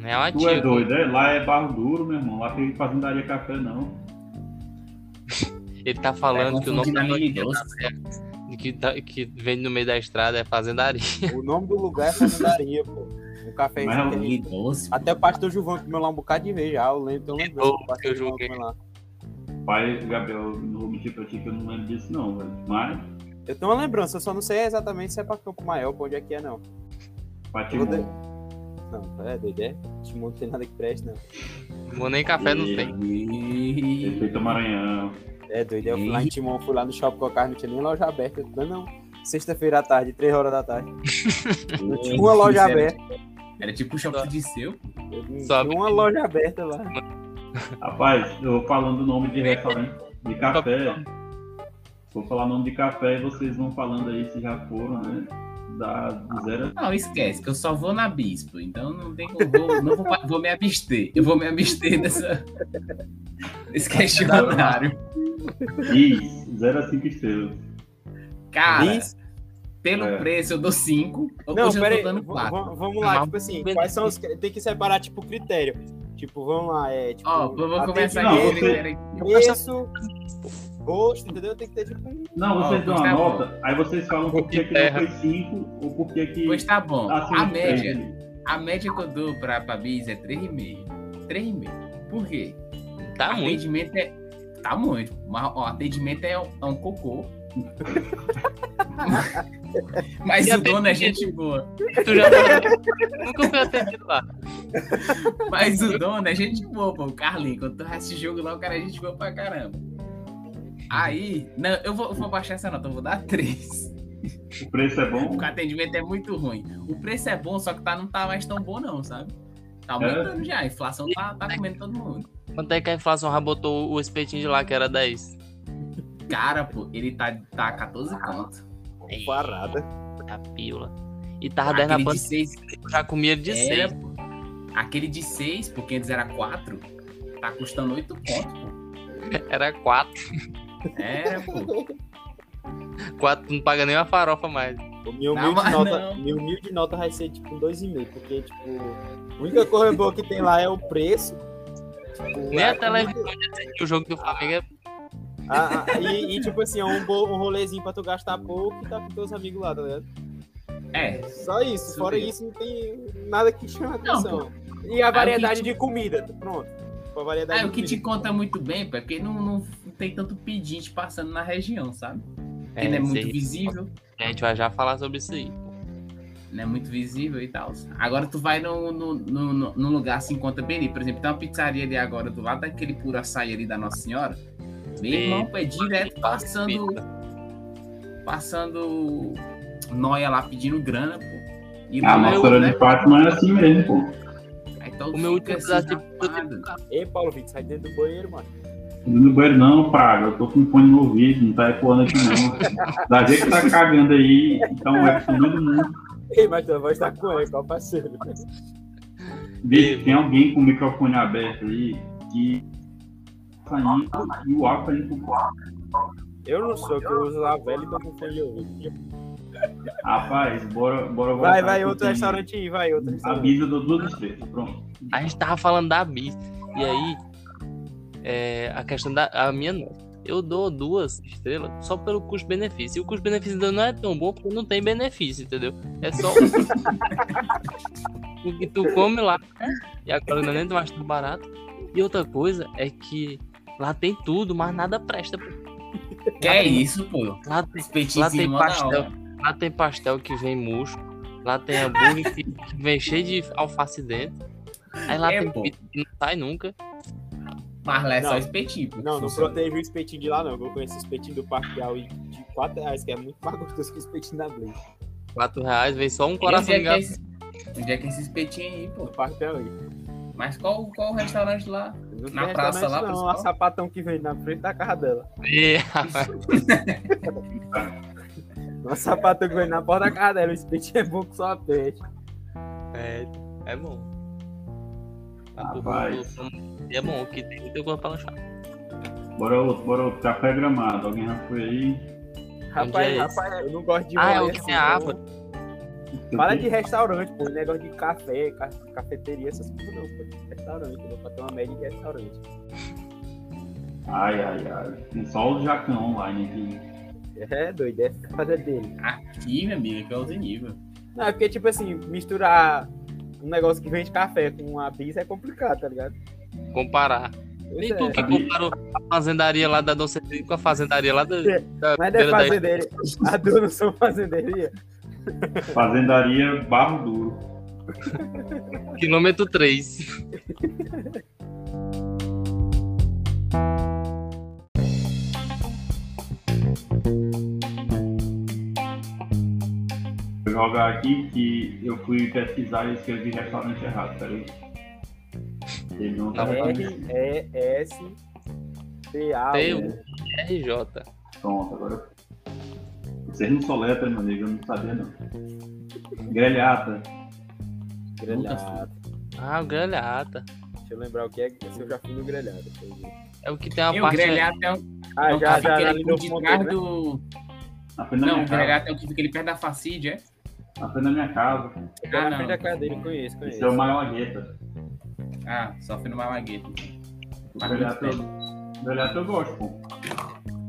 Speaker 1: É uma
Speaker 3: Tipo.
Speaker 2: Tu é
Speaker 1: tia.
Speaker 2: doido, é? Lá é barro duro, meu irmão. Lá tem fazendaria café, não.
Speaker 1: Ele tá falando
Speaker 3: É,
Speaker 1: que o nome
Speaker 3: confundindo
Speaker 1: da
Speaker 3: a Mini
Speaker 1: bandeira tá certo. que, tá- que vende no meio da estrada é fazendaria.
Speaker 4: O nome do lugar é Fazendaria, pô. Um cafezinho.
Speaker 2: Mas
Speaker 4: que a gente-
Speaker 3: E doce.
Speaker 4: Até o pastor Juvão comeu lá um bocado de vez já, eu lembro, então lembro.
Speaker 1: novo, que eu julguei.
Speaker 4: lá.
Speaker 2: Pai, Gabriel, não vou mentir pra ti que eu não lembro disso, não, velho. Mas,
Speaker 4: Eu tenho uma lembrança, eu só não sei exatamente se é pra Campo Maior, pra onde é que é, não.
Speaker 2: pra ti,
Speaker 4: Eu vou
Speaker 2: bom.
Speaker 4: Não, é doido, é? Timon não tem nada que preste, não.
Speaker 1: Vou nem café não
Speaker 2: E-
Speaker 1: tem.
Speaker 3: E...
Speaker 2: Efeito Maranhão.
Speaker 4: É doido, eu fui lá em Timon, fui lá no Shopping Cocar, não tinha nem loja aberta, não, não. Sexta-feira à tarde, três horas da tarde. Não tinha uma loja
Speaker 3: Era-
Speaker 4: aberta.
Speaker 3: é Era tipo o shopping de seu.
Speaker 4: Não
Speaker 1: Só-
Speaker 4: tinha uma loja aberta lá.
Speaker 2: Rapaz, eu falando o nome de restaurante de café. Vou falar o nome de café e vocês vão falando aí se já foram, né? Da do zero.
Speaker 3: Não, esquece, que eu só vou na Bispo, então não tem como. Vou, não vou, vou me abster. Eu vou me abster dessa, desse questionário.
Speaker 2: Isso, zero a cinco estrelas.
Speaker 3: Cara,
Speaker 4: Bis-
Speaker 3: pelo
Speaker 2: É.
Speaker 3: preço eu dou 5.
Speaker 4: Não,
Speaker 3: Hoje eu
Speaker 4: peraí,
Speaker 3: tô dando 4.
Speaker 4: vamos lá,
Speaker 1: Mas-
Speaker 4: tipo assim, quais são os. Tem que separar, tipo, critério. Tipo, vamos lá, é. Tipo,
Speaker 3: Ó, eu vou começar
Speaker 2: Não,
Speaker 3: aqui,
Speaker 2: você-
Speaker 3: galera. aqui.
Speaker 4: Preço, gosto, entendeu? Tem que ter, tipo, um.
Speaker 2: Não, vocês
Speaker 3: Ó,
Speaker 2: dão
Speaker 3: pois tá
Speaker 2: a nota, aí vocês falam por que, que não
Speaker 1: terra.
Speaker 2: foi cinco ou por que que.
Speaker 3: Pois tá bom.
Speaker 2: tá
Speaker 4: assim,
Speaker 2: sendo
Speaker 3: A média,
Speaker 2: três.
Speaker 3: a média que eu dou pra, pra Bis é 3,5. 3,5. Por quê?
Speaker 1: Tá muito.
Speaker 3: atendimento é. Tá muito. Mas ó, atendimento é, um- é um cocô. Mas
Speaker 1: E
Speaker 3: o dono é
Speaker 1: atendimento?
Speaker 3: gente boa.
Speaker 1: Tu já tá- foi- Nunca fui atendido lá.
Speaker 3: Mas o dono é gente boa, pô. O Carlinho, quando tu esse jogo lá, o cara é gente boa pra caramba. Aí, não, eu vou, eu vou baixar essa nota, eu vou dar 3.
Speaker 2: O preço é bom.
Speaker 3: Porque o atendimento é muito ruim. O preço é bom, só que tá, não tá mais tão bom, não, sabe? Tá aumentando já, a inflação tá, tá comendo todo mundo.
Speaker 1: Quanto é que a inflação já botou o espetinho de lá, que era 10?
Speaker 3: Cara, pô, ele tá, tá 14 conto.
Speaker 4: Parada.
Speaker 1: A pila. E tava 10 na
Speaker 3: Aquele de
Speaker 1: pandemia,
Speaker 3: 6
Speaker 1: eu já comia de
Speaker 3: Era,
Speaker 1: 6.
Speaker 3: pô. Aquele de 6, porque antes era 4, tá custando 8 conto.
Speaker 1: né? Era 4.
Speaker 3: Era, pô.
Speaker 1: 4 não paga nem uma farofa mais.
Speaker 4: O meu
Speaker 3: Não,
Speaker 4: humilde,
Speaker 3: mas
Speaker 4: nota,
Speaker 3: não.
Speaker 4: meu humilde nota vai ser tipo um 2,5, porque, tipo, a única coisa boa que tem lá é o preço. Tipo,
Speaker 1: Nem a
Speaker 4: comida-
Speaker 1: televisão já assistiu o jogo do Flamengo. é-
Speaker 4: Ah, ah, e, e, tipo assim, é um, bo- um rolezinho pra tu gastar pouco e tá com teus amigos lá, tá ligado?
Speaker 3: É.
Speaker 4: Só isso,
Speaker 3: Isso
Speaker 4: fora
Speaker 3: mesmo.
Speaker 4: isso não tem nada que chama
Speaker 3: Não,
Speaker 4: atenção. E a variedade
Speaker 3: te-
Speaker 4: de comida. Pronto. Tipo, A variedade
Speaker 3: Ah, o
Speaker 4: de
Speaker 3: que te
Speaker 4: comida.
Speaker 3: conta muito bem, pô, é porque não, não tem tanto pedinte passando na região, sabe? Porque não é
Speaker 1: isso
Speaker 3: muito
Speaker 1: aí.
Speaker 3: visível,
Speaker 1: A gente vai já falar sobre isso aí.
Speaker 3: não é muito visível e tal. Agora tu vai num no, no, no, num lugar assim, conta bem ali. Por exemplo, tem uma pizzaria ali agora do lado daquele puro açaí ali da Nossa Senhora. Meu
Speaker 1: E-
Speaker 3: irmão, pô, é direto passando,
Speaker 1: Pizza.
Speaker 3: passando noia lá pedindo grana, pô. E
Speaker 2: Ah,
Speaker 3: lá
Speaker 2: nossa
Speaker 3: eu,
Speaker 2: senhora
Speaker 3: né,
Speaker 2: de Fátima é assim mesmo, pô.
Speaker 3: Aí todo
Speaker 1: O meu último tipo,
Speaker 3: fica assim,
Speaker 1: desafio foi eu ter
Speaker 3: rapado.
Speaker 4: Ei, Paulo Vitor, sai dentro do banheiro, mano.
Speaker 2: Não No banheiro não, paga. Eu tô com fone no ouvido, não tá ecoando aqui não. Da jeito que tá cagando aí, então é com todo mundo.
Speaker 4: Ei, mas tua voz tá com eco, ó, parceiro.
Speaker 2: Vê se tem alguém com o microfone aberto aí que tá saindo e o ar tá indo pro quarto.
Speaker 4: Eu não sou, que eu uso lá velho e tô com fone de ouvido.
Speaker 2: Rapaz, bora, bora voltar.
Speaker 4: Vai, vai,
Speaker 2: que eu
Speaker 4: outro
Speaker 2: tenho-
Speaker 4: restaurante aí, vai, outro restaurante.
Speaker 2: Avisa do duas estrelas, pronto.
Speaker 1: A gente tava falando da bis. E aí, é, a questão da a minha não. Eu dou duas estrelas só pelo custo-benefício. E o custo-benefício ainda não é tão bom porque não tem benefício, entendeu? É só o que tu come lá. né? E agora não é nem mais tão barato. E outra coisa é que lá tem tudo, mas nada presta. pô. tipo,
Speaker 3: Que é isso, pô?
Speaker 1: Lá tem
Speaker 3: Os peitinhos
Speaker 1: Lá tem
Speaker 3: mó da
Speaker 1: pastel.
Speaker 3: hora.
Speaker 1: Lá tem pastel que vem murcho. Lá tem hambúrguer que que vem cheio de alface dentro. Aí lá
Speaker 3: É,
Speaker 1: tem
Speaker 3: pô.
Speaker 1: pizza que não sai nunca.
Speaker 3: Mas lá é só
Speaker 4: Não.
Speaker 3: espetinho. pô, que
Speaker 4: Não, não
Speaker 3: funciona.
Speaker 4: protege o espetinho de lá, não. Eu conheço o espetinho do Parque Piauí de 4 reais, que é muito mais gostoso que o espetinho da Blue.
Speaker 1: 4 reais, vem só um
Speaker 3: E Onde
Speaker 1: coração
Speaker 3: é,
Speaker 1: de
Speaker 3: que é
Speaker 1: gato.
Speaker 3: esse, onde é que é esse espetinho aí, pô?
Speaker 4: Do Parque Piauí.
Speaker 3: Mas qual, qual o restaurante lá?
Speaker 4: Não tem
Speaker 3: Na
Speaker 4: restaurante,
Speaker 3: praça lá,
Speaker 4: Não,
Speaker 3: principal?
Speaker 4: a sapatão que vende na frente da casa dela.
Speaker 1: É,
Speaker 4: Uma sapatão que vende na porta da casa dela. O espetinho é bom que só peixe.
Speaker 1: é, é bom. Tá por
Speaker 2: Rapaz.
Speaker 1: bom. É bom, que tem muita coisa pra lanchar.
Speaker 2: Bora outro, bora outro. Café gramado, alguém já foi aí?
Speaker 4: Rapaz,
Speaker 1: é esse?
Speaker 4: rapaz, eu não gosto de
Speaker 1: Ah, é
Speaker 4: rolê
Speaker 1: o que tem
Speaker 4: assim,
Speaker 1: a
Speaker 4: não.
Speaker 1: aba.
Speaker 4: Para de restaurante, pô. Negócio de café, ca- cafeteria, essas coisas não, pô. Restaurante, deu pra ter uma média de restaurante.
Speaker 2: Ai, ai, ai. Tem só o Jacão online aqui.
Speaker 4: É doido, é fazer dele.
Speaker 3: Aqui, minha amiga, que é outro nível.
Speaker 4: Não, é porque, tipo assim, misturar um negócio que vende café com uma bis é complicado, tá ligado?
Speaker 1: Comparar.
Speaker 4: Pois
Speaker 1: Nem
Speaker 4: é.
Speaker 1: tu que comparou a fazendaria lá da Doce Trigo com a fazendaria lá da. da
Speaker 4: Mas
Speaker 1: beira
Speaker 4: é
Speaker 1: da-
Speaker 4: fazendeiro. A duas não são fazenderia.
Speaker 2: Fazendaria Barro Duro.
Speaker 1: Quilômetro 3.
Speaker 2: Vou jogar aqui que eu fui pesquisar e escrevi restaurante errado, peraí. Ele não tá
Speaker 1: Tá bom.
Speaker 2: aqui.
Speaker 4: R, E, S, T, A,
Speaker 1: T,
Speaker 4: U.
Speaker 1: RJ.
Speaker 2: Pronto, agora. Vocês não soletram, meu amigo, eu não sabia não. Grelhata.
Speaker 4: Grelhado.
Speaker 1: Ah, o grelhata.
Speaker 4: Deixa eu lembrar o que é, se eu já fui no grelhado. deixa eu ver.
Speaker 1: É o que tem a
Speaker 3: E o
Speaker 1: parte.
Speaker 3: grelhado é o é
Speaker 4: Ah, já,
Speaker 3: o que
Speaker 4: já,
Speaker 3: fica
Speaker 4: já.
Speaker 3: ali
Speaker 4: me
Speaker 3: por
Speaker 4: deu
Speaker 3: detrás
Speaker 4: ponto, né?
Speaker 3: do...
Speaker 2: Na frente da
Speaker 3: Não, o
Speaker 2: minha casa.
Speaker 3: grelhado é o que fica ali perto da facide, é?
Speaker 2: Na frente da minha casa.
Speaker 4: Já
Speaker 3: Ah,
Speaker 4: né? na frente da
Speaker 3: não.
Speaker 4: cadeira, conheço,
Speaker 2: Esse é o
Speaker 4: conheço.
Speaker 2: Maiorgueta.
Speaker 3: Ah, só fui no Malagueta.
Speaker 2: Grelhata eu. Grelhata eu gosto, pô.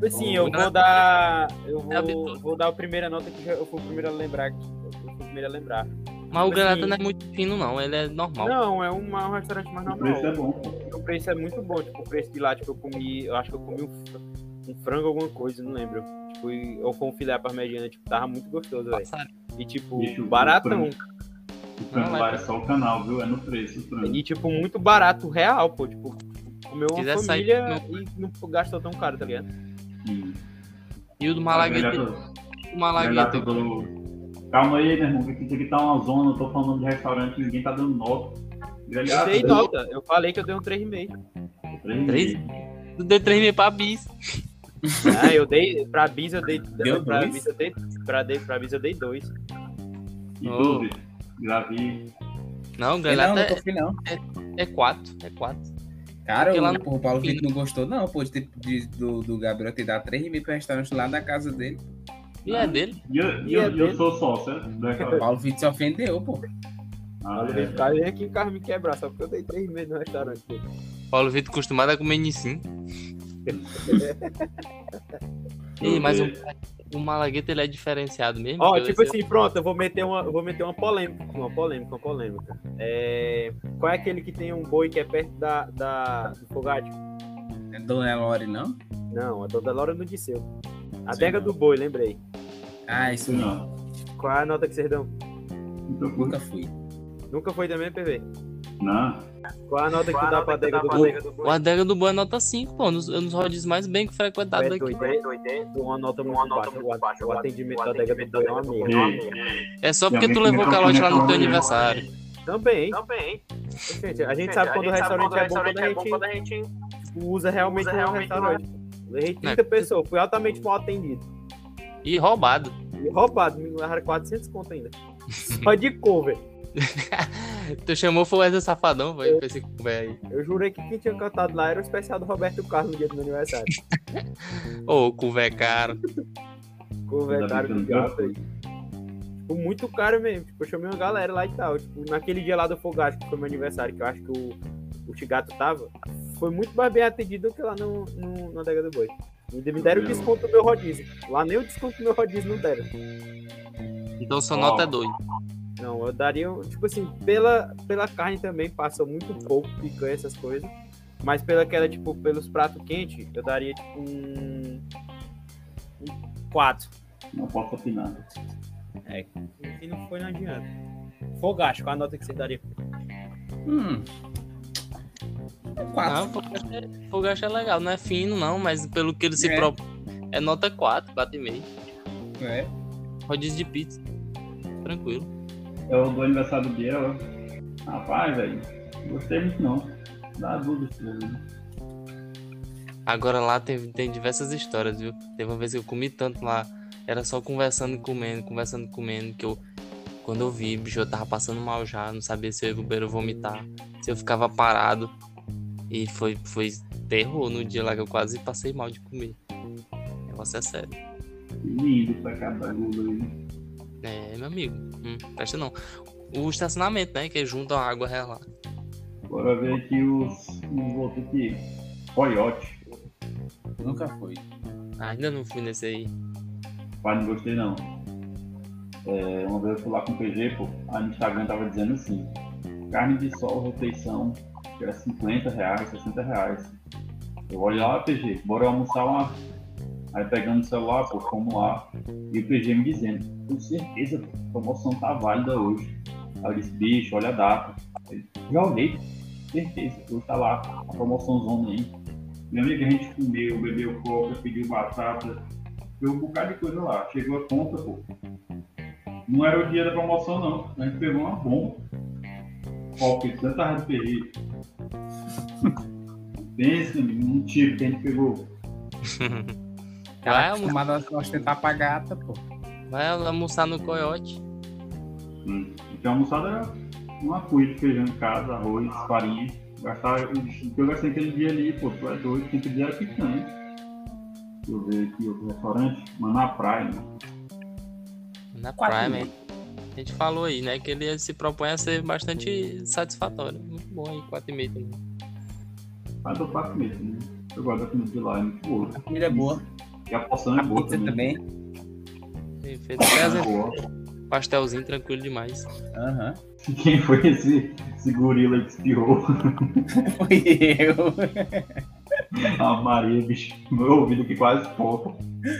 Speaker 4: Assim, eu
Speaker 1: Não.
Speaker 4: vou dar. Eu
Speaker 1: É
Speaker 4: vou,
Speaker 1: habitual.
Speaker 4: vou dar a primeira nota que eu fui o primeiro a lembrar. aqui. Eu fui o primeiro a lembrar.
Speaker 1: Mas o
Speaker 4: Assim-
Speaker 1: granata não é muito fino, não. Ele é normal.
Speaker 4: Não, é uma- um restaurante mais
Speaker 2: O preço é
Speaker 4: normal.
Speaker 2: bom, pô.
Speaker 4: O preço é muito bom. Tipo, o preço de lá, tipo, eu comi. Eu acho que eu comi um, fr- um frango, alguma coisa, não lembro. Tipo, e- ou com um filé à parmegiana, tipo, tava muito gostoso, velho.
Speaker 1: Passado.
Speaker 4: E tipo,
Speaker 2: Bicho,
Speaker 4: baratão.
Speaker 2: O frango
Speaker 1: Não,
Speaker 2: lá
Speaker 1: é-
Speaker 2: é só o canal, viu? É no preço o frango.
Speaker 4: E tipo, muito barato, real, pô. Tipo, comeu uma
Speaker 1: Quiser sair
Speaker 4: família e não gastou tão caro, tá ligado?
Speaker 2: Sim.
Speaker 1: E o do Malagueta.
Speaker 2: Grelhata-
Speaker 1: O
Speaker 2: Grelhata
Speaker 1: Malagueta.
Speaker 2: do... Calma aí, meu irmão, que isso aqui tá uma zona, eu tô falando de restaurante, ninguém tá dando nota.
Speaker 4: Eu
Speaker 2: Grelhata. né?
Speaker 4: dei nota. Eu falei que eu dei um 3,5.
Speaker 2: Três
Speaker 1: Três?
Speaker 2: meses.
Speaker 1: Tu deu 3 mil pra bis.
Speaker 4: Ah, eu dei. Pra Bis eu dei.
Speaker 3: Deu
Speaker 4: pra
Speaker 3: dois?
Speaker 4: Bis eu dei. Pra, dei, pra Bis eu dei 2.
Speaker 2: E
Speaker 1: Oh.
Speaker 2: tudo. Gravi.
Speaker 1: Não, o
Speaker 3: Não, não
Speaker 1: Grelhata
Speaker 3: tô fui, não.
Speaker 4: um
Speaker 1: é 4. É 4.
Speaker 3: Cara,
Speaker 1: Porque
Speaker 3: o,
Speaker 1: lá no-
Speaker 3: porra, o Paulo Vitor não gostou, não, pô, de ter, de- do, do Gabriel ter dado 3 mil pro restaurante lá da casa dele.
Speaker 1: E
Speaker 4: Ah.
Speaker 1: é dele.
Speaker 2: E eu, e
Speaker 4: E é
Speaker 2: eu, e eu
Speaker 4: dele?
Speaker 2: sou sócio, é? Do
Speaker 3: O
Speaker 2: restaurante.
Speaker 3: Paulo Vitor se ofendeu, pô.
Speaker 2: Ah,
Speaker 4: Falei,
Speaker 2: é.
Speaker 4: tá vem aqui em casa me quebrar, só porque eu dei 3,5 no restaurante. dele.
Speaker 1: Paulo Vitor acostumado a comer Nissin. Ih, mas o, o Malagueta ele é diferenciado mesmo.
Speaker 4: Ó,
Speaker 1: pelo
Speaker 4: tipo
Speaker 1: esse-
Speaker 4: assim, pronto, eu vou meter uma, eu vou meter uma polêmica, uma polêmica, uma polêmica. É, qual é aquele que tem um boi que é perto da, da do Fogatti?
Speaker 3: É Dona Elore, não?
Speaker 4: Não, a Dona Laura não disse eu. A
Speaker 3: Sei
Speaker 4: Dega
Speaker 3: não.
Speaker 4: do Boi, lembrei.
Speaker 3: Ah, isso não.
Speaker 2: Não,
Speaker 4: Qual é a nota que vocês dão?
Speaker 2: nunca foi.
Speaker 3: Nunca fui.
Speaker 4: Nunca foi também, PV.
Speaker 2: Não,
Speaker 4: Qual é a nota que tu dá pra Dega do Boi?
Speaker 5: bodega do
Speaker 1: O Adega do Boa é nota 5, pô. Nos, nos rodízios mais bem frequentados
Speaker 4: É
Speaker 1: daqui.
Speaker 4: doido, é doido, é doido. Uma nota muito baixa. O at- O atendimento da Dega do Boi é uma merda.
Speaker 2: ei,
Speaker 1: É só
Speaker 2: Tem
Speaker 1: porque tu
Speaker 2: alguém que
Speaker 1: levou o
Speaker 2: me
Speaker 1: calote lá no teu
Speaker 2: acompanha.
Speaker 1: aniversário.
Speaker 4: Também,
Speaker 5: Também.
Speaker 4: gente, a gente sabe quando o restaurante é bom, quando a gente usa realmente
Speaker 5: usa
Speaker 4: um
Speaker 5: realmente um
Speaker 4: restaurante. Eu errei 30
Speaker 1: É.
Speaker 4: pessoas, fui altamente mal atendido.
Speaker 1: E roubado.
Speaker 4: E roubado, me levaram 400 conto ainda. Só de cover.
Speaker 1: Tu chamou foi o Wesley Safadão, foi, pra esse velho aí.
Speaker 4: Eu jurei que quem tinha cantado lá era o especial do Roberto Carlos no dia do meu aniversário.
Speaker 1: Ô, o cuvé é caro.
Speaker 4: Cover,
Speaker 2: Ainda
Speaker 4: caro
Speaker 2: bem
Speaker 4: de
Speaker 2: que eu nunca
Speaker 4: gato aí. Tipo, muito caro mesmo. Tipo, eu chamei uma galera lá e tal. Tipo, naquele dia lá do Fogacho, que foi meu aniversário, que eu acho que o, o Tigato tava, foi muito mais bem atendido do que lá no, no, na Dega do Boi. E ainda me deram o desconto do meu rodízio. Lá nem o desconto do meu rodízio não deram.
Speaker 1: Então sua
Speaker 2: Ó.
Speaker 1: nota é 2.
Speaker 4: Não, eu daria, tipo assim, pela, pela carne também, passa muito pouco, picanha, essas coisas. Mas pela que era, tipo, pelos pratos quentes, eu daria, tipo, um. um 4.
Speaker 2: não posso opinar.
Speaker 4: E não foi, não adianta. Fogacho, qual a nota que você daria?
Speaker 3: Hum. Quatro.
Speaker 1: Não, o Fogacho é- o Fogacho é legal, não é fino não, mas pelo que ele se
Speaker 3: É.
Speaker 1: propõe. É nota 4, 4,5.
Speaker 3: É.
Speaker 1: Rodízio de pizza. Tranquilo.
Speaker 2: É o do aniversário do Biel. ó. Rapaz, velho, gostei muito não. Dá duas estrelas. né?
Speaker 1: Agora lá tem, tem diversas histórias, viu? Teve uma vez que eu comi tanto lá. Era só conversando e comendo, conversando e comendo, que eu. Quando eu vi, bicho, eu tava passando mal já, não sabia se eu ia pro banheiro vomitar, se eu ficava parado. E foi, foi terror no dia lá que eu quase passei mal de comer. O negócio é sério.
Speaker 2: Que lindo pra né? cá, bagulho aí.
Speaker 1: É, meu amigo. Hum, presta não. O estacionamento, né? Que juntam a água real lá.
Speaker 2: Bora ver aqui os, os outros aqui. Coyote.
Speaker 3: Nunca fui.
Speaker 1: Ah, ainda não fui nesse aí.
Speaker 2: Pai, não gostei não. É, uma vez eu fui lá com o PG, pô, aí no Instagram tava dizendo assim, carne de sol, refeição, que era 50 reais, 60 reais. Eu olho lá, PG, bora almoçar lá. Aí pegando o celular, pô, como lá, e o PG me dizendo, com certeza, pô, a promoção tá válida hoje. Aí eu disse, bicho, olha a data. Ele, Já olhei, certeza, hoje tá lá, a promoção zona aí. Lembra que a gente comeu, bebeu coca, pediu batata, deu um bocado de coisa lá. Chegou a conta, pô. Não era o dia da promoção, não. A gente pegou uma bomba. Copa de tanta rádio perdido. Pensa, amigo, num tiro que a gente pegou.
Speaker 1: Vai,
Speaker 3: Cara,
Speaker 1: almo-
Speaker 3: Tá acostumado a ostentar pra gata, pô.
Speaker 1: vai almoçar no coiote.
Speaker 2: Hum. Então a almoçada era uma cuia de feijão em casa, arroz, farinha. Gastar, o que eu gastei aquele dia ali, pô, tu é doido, quem pedir era picanha. Deixa eu ver aqui outro restaurante, mas na praia, né?
Speaker 1: Na
Speaker 3: Quatro e
Speaker 1: Prime. hein? A gente falou aí, né? Que ele se propõe a ser bastante satisfatório. Muito bom aí, 4,5 também.
Speaker 2: Mas eu faço mesmo, né? Eu gosto da comida de lá, é muito boa.
Speaker 3: A comida é boa.
Speaker 2: E a porção
Speaker 3: A
Speaker 2: é boa
Speaker 3: pizza
Speaker 2: também.
Speaker 3: também.
Speaker 1: Ele fez
Speaker 2: É
Speaker 1: até
Speaker 2: boa.
Speaker 1: um pastelzinho tranquilo demais.
Speaker 3: Aham.
Speaker 2: Quem foi esse, esse gorila que espirrou?
Speaker 3: Foi eu.
Speaker 2: A Maria, bicho. Meu ouvido que quase foca.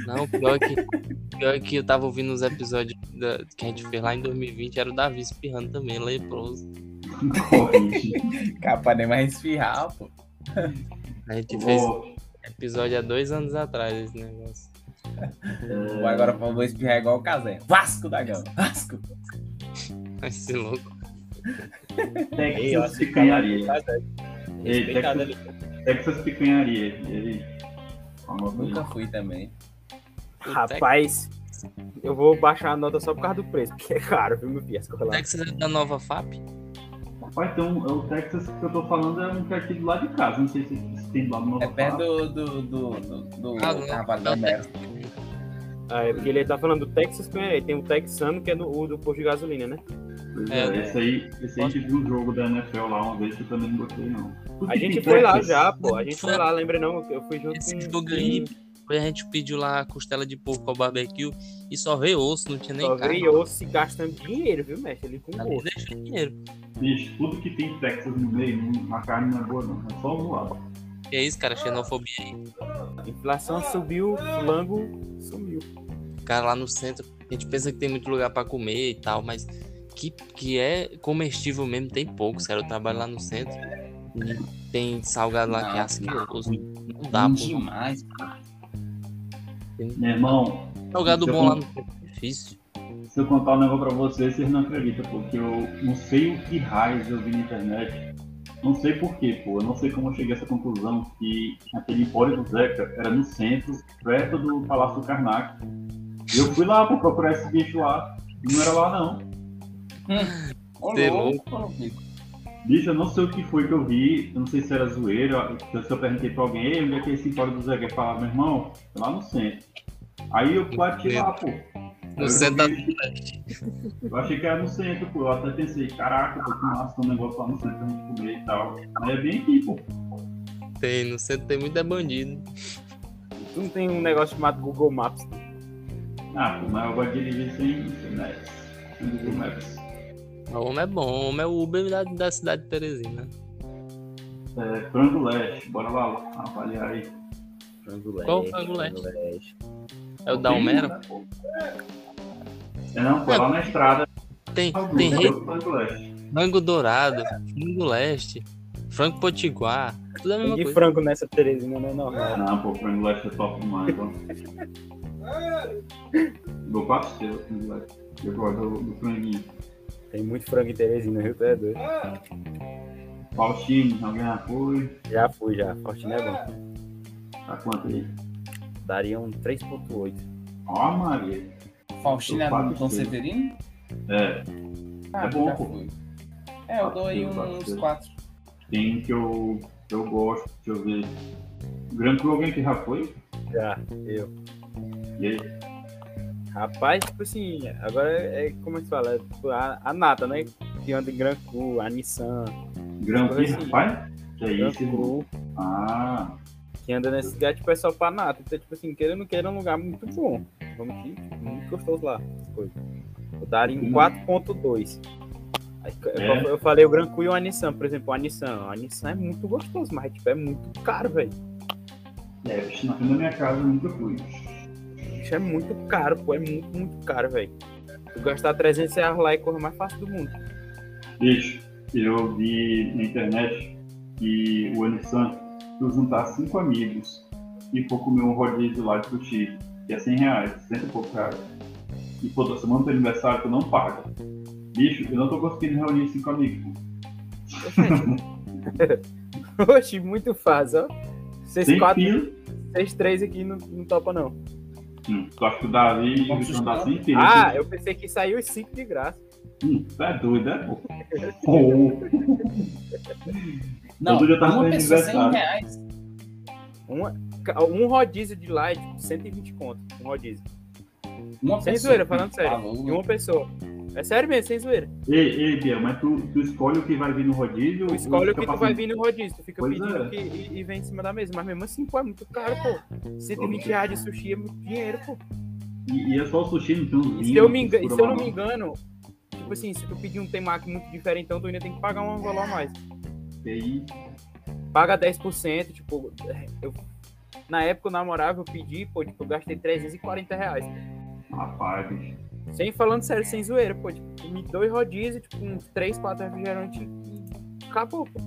Speaker 1: Não, pior que, pior que eu tava ouvindo os episódios da- que a gente fez lá em 2020, era o Davi espirrando também, leproso.
Speaker 3: Capaz nem mais esfirrar, pô.
Speaker 1: A gente fez
Speaker 2: Vou,
Speaker 1: episódio há dois anos atrás esse negócio.
Speaker 2: é,
Speaker 3: Vou Agora eu vou espirrar igual o Casé. Vasco da Gama. Vasco.
Speaker 1: Esse louco.
Speaker 4: Aí, ó,
Speaker 2: Texas Picanharia. Ei,
Speaker 4: Respeitado
Speaker 2: Texas,
Speaker 4: ali.
Speaker 2: Texas Picanharia. Ele. famoso aí.
Speaker 3: Nunca fui também.
Speaker 1: O
Speaker 4: Rapaz, eu vou baixar a nota só por causa do preço, porque é caro, viu, meu filho? As coisas lá.
Speaker 1: Texas é da nova FAP?
Speaker 2: Ó, então, é o Texas que eu tô falando é um que é aqui do lado de casa. Não sei se se tem do lado do nosso
Speaker 3: É perto do, do, do, do, do
Speaker 1: Ah, não.
Speaker 3: Carvalho
Speaker 1: Não,
Speaker 3: da Mera.
Speaker 4: Ah, é porque ele tá falando do Texas, que é- tem um texano que é no, o do posto de gasolina, né?
Speaker 2: Pois
Speaker 1: É,
Speaker 2: é,
Speaker 1: né?
Speaker 2: esse aí, esse aí a gente viu um jogo da NFL lá uma vez que eu também não gostei, não.
Speaker 4: A gente foi lá
Speaker 2: Texas,
Speaker 4: já, pô. A gente foi lá, lembra não? Eu fui junto
Speaker 1: Esse
Speaker 4: com...
Speaker 1: jogo aí foi, a gente pediu lá costela de porco ao barbecue e só veio osso, não tinha nem
Speaker 4: Só
Speaker 1: carne.
Speaker 4: vem osso e gastando dinheiro, viu, mestre? Ali com
Speaker 1: Ali
Speaker 4: osso.
Speaker 1: deixa dinheiro.
Speaker 2: Bicho, tudo que tem Texas no meio, não- a carne não é boa, não. É só um lado.
Speaker 1: Que é isso, cara, xenofobia aí.
Speaker 4: Inflação subiu, flango sumiu.
Speaker 1: Cara, lá no centro, a gente pensa que tem muito lugar pra comer e tal, mas que, que é comestível mesmo, tem poucos, cara. Eu trabalho lá no centro. e Tem salgado lá que é
Speaker 3: Não,
Speaker 1: asqueroso. Não dá,
Speaker 3: Bom
Speaker 1: pô.
Speaker 3: Ah. demais, pô.
Speaker 2: Meu irmão,
Speaker 1: Salgado
Speaker 2: Então-
Speaker 1: bom lá no centro é difícil.
Speaker 2: se eu contar um negócio pra vocês, vocês não acreditam, porque eu não sei o que raios eu vi na internet. Não sei porquê, pô. Eu não sei como eu cheguei a essa conclusão que aquele empório do Zeca era no centro, perto do Palácio do Karnak. E eu fui lá pra procurar esse bicho lá. Não era lá, não.
Speaker 3: Ô,
Speaker 1: Cê é
Speaker 3: louco, bicho.
Speaker 2: Bicho, eu não sei o que foi que eu vi. Eu não sei se era zoeira. Se eu perguntei pra alguém, "Ei, onde é que é esse empório do Zeca? Ele falava, meu irmão, é lá no centro. Aí eu bati lá, pô.
Speaker 1: No
Speaker 2: Eu
Speaker 1: centro da
Speaker 2: vi- Eu achei que era no centro, pô. Eu até pensei, caraca, pô, que massa, tem um negócio lá no centro pra gente comer e tal. Mas é bem aqui, pô.
Speaker 1: tem, no centro tem muito é bandido.
Speaker 4: Tu não tem um negócio chamado Google Maps.
Speaker 2: Ah, pô, mas eu vou dirigir sem, sem Maps. Sem Google Maps.
Speaker 1: O homem é bom, o homem é o Uber da, da cidade de Teresina. né?
Speaker 2: É, Frango Leste, bora lá avaliar aí.
Speaker 1: Qual o frango leste? É o Dalmera?
Speaker 2: Tem, né, pô? É não, foi lá na estrada.
Speaker 1: Tem,
Speaker 2: Frango,
Speaker 1: tem rei,
Speaker 2: entendeu? Frango Leste.
Speaker 1: frango dourado, frango leste, frango potiguar, tudo é a mesma
Speaker 4: De
Speaker 1: coisa.
Speaker 4: frango nessa Teresina, não é normal.
Speaker 2: Não, pô, Frango Leste é top demais, ó. Vou pra você, o Frango Leste. Eu gosto do, do franguinho.
Speaker 4: Tem muito frango em Teresina, viu? Tu é doido.
Speaker 2: Faustino, alguém apoio?
Speaker 4: Já fui, já. Forte não é bom.
Speaker 2: Tá quanto aí?
Speaker 4: Daria um 3.8.
Speaker 2: Ó, Maria.
Speaker 3: Faustino
Speaker 2: Eu
Speaker 3: é
Speaker 2: pago
Speaker 3: do Dom
Speaker 2: tudo.
Speaker 3: Severino?
Speaker 2: É,
Speaker 3: Ah,
Speaker 2: É bom,
Speaker 3: já
Speaker 2: pô.
Speaker 3: fui. É, eu dou aí
Speaker 2: Eu pago
Speaker 3: uns
Speaker 2: tudo.
Speaker 3: quatro.
Speaker 2: Tem um que eu, que eu gosto, deixa eu ver. Grand Prix alguém que já foi?
Speaker 4: Já, eu.
Speaker 2: E aí?
Speaker 4: Rapaz, tipo assim, agora é é como é que fala? É, tipo, a, a Nata, né? Que anda em Gran Cru, a Nissan,
Speaker 2: Grand Prix,
Speaker 4: Sim.
Speaker 2: rapaz? Que é
Speaker 4: Gran
Speaker 2: isso, irmão?
Speaker 4: Cru,
Speaker 2: Ah,
Speaker 4: que anda nesse lugar, tipo, é só pra Nata. Então, tipo assim, queira ou não queira, é um lugar muito bom. Vamos que, tipo, muito gostoso lá. essas coisas. Eu daria um
Speaker 2: Hum.
Speaker 4: 4.2. Aí, eu-
Speaker 2: É?
Speaker 4: Eu falei o Gran Cru e o Anissan, por exemplo, o Anissan. O Anissan é muito gostoso, mas tipo, é muito caro, velho.
Speaker 2: é, bicho, na frente da minha casa eu nunca fui.
Speaker 4: Bicho, é muito caro, pô. É muito, muito caro, velho. Tu gastar 300 reais lá é a coisa mais fácil do mundo.
Speaker 2: Bicho, eu vi na internet que o Anissan, se eu juntar cinco amigos e for comer um rodízio lá de sushi, que é 100 reais, 60 e pouco reais, e for da semana do teu aniversário, tu não paga. Bicho, eu não tô conseguindo reunir cinco amigos. pô.
Speaker 4: Oxi, muito fácil, ó. Vocês
Speaker 2: Sem
Speaker 4: quatro,
Speaker 2: fila.
Speaker 4: vocês três aqui não, não topa, não.
Speaker 2: Hum, tu acha que o Davi e o Vitor andar sem fila?
Speaker 4: Ah, eu pensei que saiu os cinco de graça.
Speaker 2: Hum, tu é doido, é? pô? Pô,
Speaker 3: Não,
Speaker 2: Todo dia tá
Speaker 3: uma
Speaker 2: fazendo
Speaker 3: pessoa 100
Speaker 2: aniversário.
Speaker 3: reais.
Speaker 4: Uma, ca- um rodízio de lá é tipo 120 conto. Um rodízio.
Speaker 3: Uma
Speaker 2: É
Speaker 4: Sem
Speaker 3: pessoa.
Speaker 4: zoeira, falando sério.
Speaker 2: Ah,
Speaker 3: Falou.
Speaker 4: De uma pessoa. É sério mesmo, sem zoeira.
Speaker 2: ei, ei, Bia, mas tu, tu escolhe o que vai vir no rodízio?
Speaker 4: Tu
Speaker 2: ou
Speaker 4: escolhe o
Speaker 2: fica
Speaker 4: que tu
Speaker 2: passando-
Speaker 4: vai vir no rodízio. Tu fica
Speaker 2: Pois
Speaker 4: pedindo
Speaker 2: é.
Speaker 4: que, e, e vem em cima da mesa. Mas mesmo assim, pô, é muito caro, pô. 120 reais de sushi é muito dinheiro, pô.
Speaker 2: E, e é só o sushi, não tem uns
Speaker 4: E
Speaker 2: vinhos.
Speaker 4: se eu, me engano,
Speaker 2: textura
Speaker 4: se eu não
Speaker 2: maluca.
Speaker 4: me engano, tipo assim, se tu pedir um temaki muito diferente, então tu ainda tem que pagar um valor a mais.
Speaker 2: E aí,
Speaker 4: Paga 10%, tipo, eu, na época eu namorava, eu pedi, pô, tipo, eu gastei 340 reais.
Speaker 2: rapaz, bicho.
Speaker 4: Sem falando sério, sem zoeira, pô, tipo, me dois rodízios, tipo, uns 3, 4 refrigerantes e acabou, pô.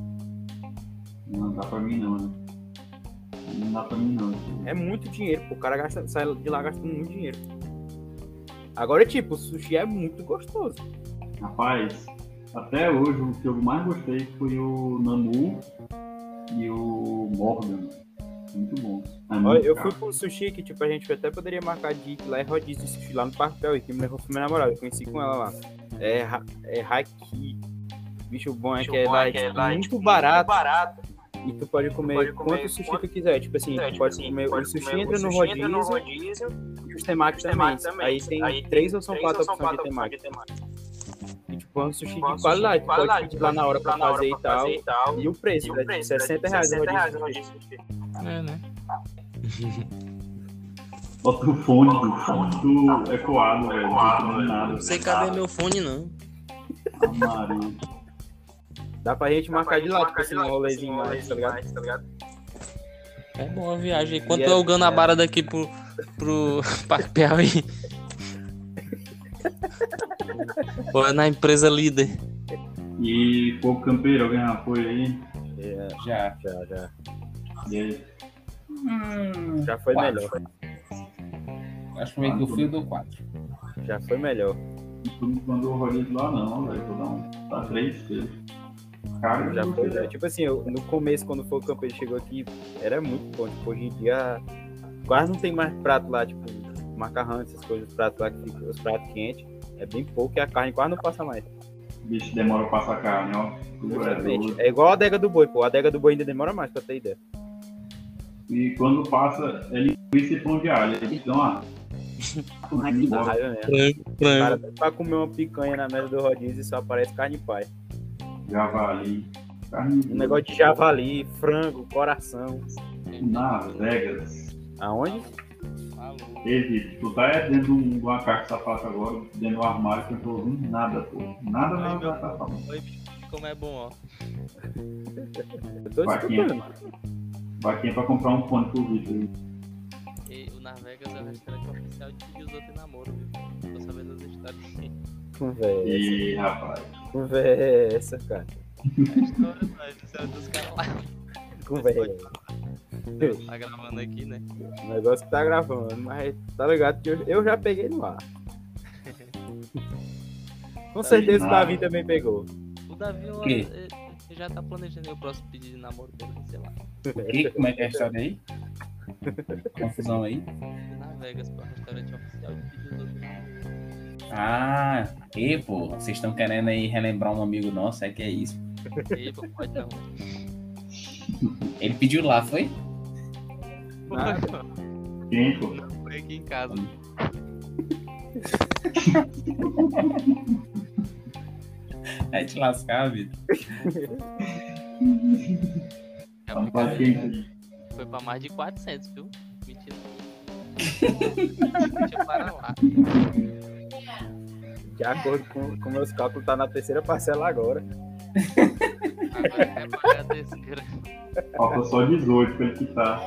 Speaker 2: Não dá pra mim não, né? Não dá pra mim não. tio.
Speaker 4: É muito dinheiro, pô, o cara gasta, sai de lá gastando muito dinheiro. Agora, tipo, o sushi é muito gostoso.
Speaker 2: Rapaz, até hoje o que eu mais gostei foi o Namu e o Morgan. Muito bom. É
Speaker 4: Olha,
Speaker 2: muito
Speaker 4: eu
Speaker 2: caro.
Speaker 4: fui pra um sushi que, tipo, a gente até poderia marcar de ir lá e rodízio de sushi lá no Parque Piauí, que me levou com minha namorada, eu conheci com ela lá. É, ra- é Haki. Bicho bom é que é lá, tipo, muito barato. E tu pode comer quanto sushi tu quiser. Tipo assim, tu pode comer o sushi entra no rodízio e os temaki também. Aí tem três ou são quatro opções de temaki. E tipo, é um sushi de qualidade. Tu pode pedir lá na hora pra fazer e tal. E o tipo, preço, né? 60 reais o rodízio. de sushi.
Speaker 1: É, né?
Speaker 2: Bota o fone do, do ecoado, velho. Não tem nada.
Speaker 1: Não sei cadê meu fone, não.
Speaker 2: Maria.
Speaker 4: Dá pra gente marcar de lado, tipo assim, um rolezinho mais, tá ligado?
Speaker 5: ligado?
Speaker 1: É bom a viagem. Enquanto
Speaker 4: é-
Speaker 1: eu ganho a bara daqui pro, pro Parque Piauí. Bora é na empresa líder.
Speaker 2: E pouco campeiro, alguém já foi aí?
Speaker 3: Já.
Speaker 4: Já, já.
Speaker 2: E aí?
Speaker 3: Hum,
Speaker 4: Já foi
Speaker 3: Quatro.
Speaker 4: melhor.
Speaker 3: acho que meio que eu fui eu dou quatro.
Speaker 4: Já foi melhor.
Speaker 2: Tu não mandou o Rodrigo lá não, velho. Vou dar um. Tá três, filho. Cara,
Speaker 4: Já foi,
Speaker 2: velho.
Speaker 4: né? Tipo assim, eu- no começo, quando foi o campeão ele chegou aqui, era muito bom. Tipo, hoje em dia quase não tem mais prato lá, tipo, macarrão, essas coisas, os pratos lá que fica- os pratos quentes. É bem pouco e a carne quase não passa mais.
Speaker 2: Bicho demora pra passar carne, ó. Tu é doido.
Speaker 4: É igual a adega do boi, pô. A adega do boi ainda demora mais, pra ter ideia.
Speaker 2: E quando passa, é linguiça e pão de alho. Eles dão uma.
Speaker 4: Dá raiva mesmo. O cara tá pra comer uma picanha na mesa do rodízio e só aparece carne pai.
Speaker 2: Javali. Carne.
Speaker 4: Um negócio de javali, frango, coração.
Speaker 2: Nas Vegas.
Speaker 4: Aonde?
Speaker 2: Ele, tu tá é dentro de um- de uma caixa de sapato agora, dentro de um armário que eu tô ouvindo nada, pô. Nada na minha tá falando.
Speaker 1: Como é bom, ó.
Speaker 4: Eu tô
Speaker 2: Vaquinha.
Speaker 4: escutando.
Speaker 2: Vaquinha pra comprar um fone pro vídeo.
Speaker 1: E o Narvegas é o restaurante oficial de pedir os outros namoro, viu? Tô sabendo as histórias.
Speaker 4: Conversa,
Speaker 2: E rapaz.
Speaker 4: conversa, cara.
Speaker 1: A história, mas isso é dos caras lá.
Speaker 4: Conversa.
Speaker 1: Tá gravando aqui, né?
Speaker 4: O negócio que tá gravando, mas tá ligado que eu, eu já peguei no ar. Com certeza o
Speaker 2: ligado.
Speaker 4: Davi também pegou.
Speaker 1: O Davi ó,
Speaker 3: Quê?
Speaker 1: eh, eh, já tá planejando aí o próximo pedido de namoro dele, sei lá.
Speaker 3: O quê? Como é que é a história aí? Confusão aí?
Speaker 1: O Narvegas, pô, é o restaurante oficial de pedir os outros namoro.
Speaker 3: Ah, e pô, vocês estão querendo aí relembrar um amigo nosso, é que é isso.
Speaker 1: E pô, pode um não.
Speaker 3: Ele pediu lá, foi?
Speaker 1: Pô,
Speaker 2: Quem, pô?
Speaker 1: Não foi aqui em casa.
Speaker 3: É te lascar, Vitor.
Speaker 1: É
Speaker 2: Tá um
Speaker 1: porque
Speaker 2: paciente.
Speaker 1: Foi pra mais de 400, viu? Mentira. Deixa para lá.
Speaker 4: De acordo com, com meus cálculos, tá na terceira parcela agora.
Speaker 1: Agora é pagar a terceira.
Speaker 2: Falta só 18 pra ele quitar.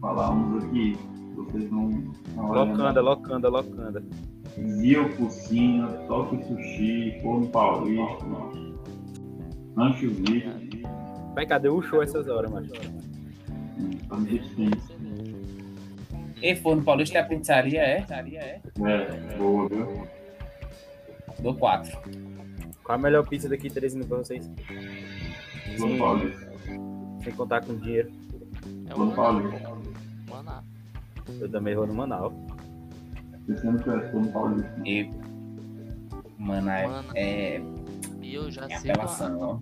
Speaker 2: Falar uns aqui, vocês vão.
Speaker 4: Locanda, locanda, locanda.
Speaker 2: Mil Cucina, Toque Sushi, Forno Paulista, Rancho Vídeo,
Speaker 4: Mas cadê o show essas horas, mano?
Speaker 2: um
Speaker 3: E forno paulista é a pizzaria, é? Pizzaria, é?
Speaker 2: É, boa, viu?
Speaker 3: Dou quatro.
Speaker 4: Qual a melhor pizza daqui, Teresina, pra vocês?
Speaker 2: Forno Paulista,
Speaker 4: Sem contar com dinheiro.
Speaker 1: É
Speaker 2: Forno Paulista.
Speaker 1: Maná.
Speaker 4: Eu também vou no Manaus.
Speaker 2: Vocês não conhecem Forno Paulista, né?
Speaker 3: E. Mano, é-
Speaker 1: Mano.
Speaker 3: é,
Speaker 1: E eu já
Speaker 3: é
Speaker 1: sei. uma-
Speaker 3: apelação, ó.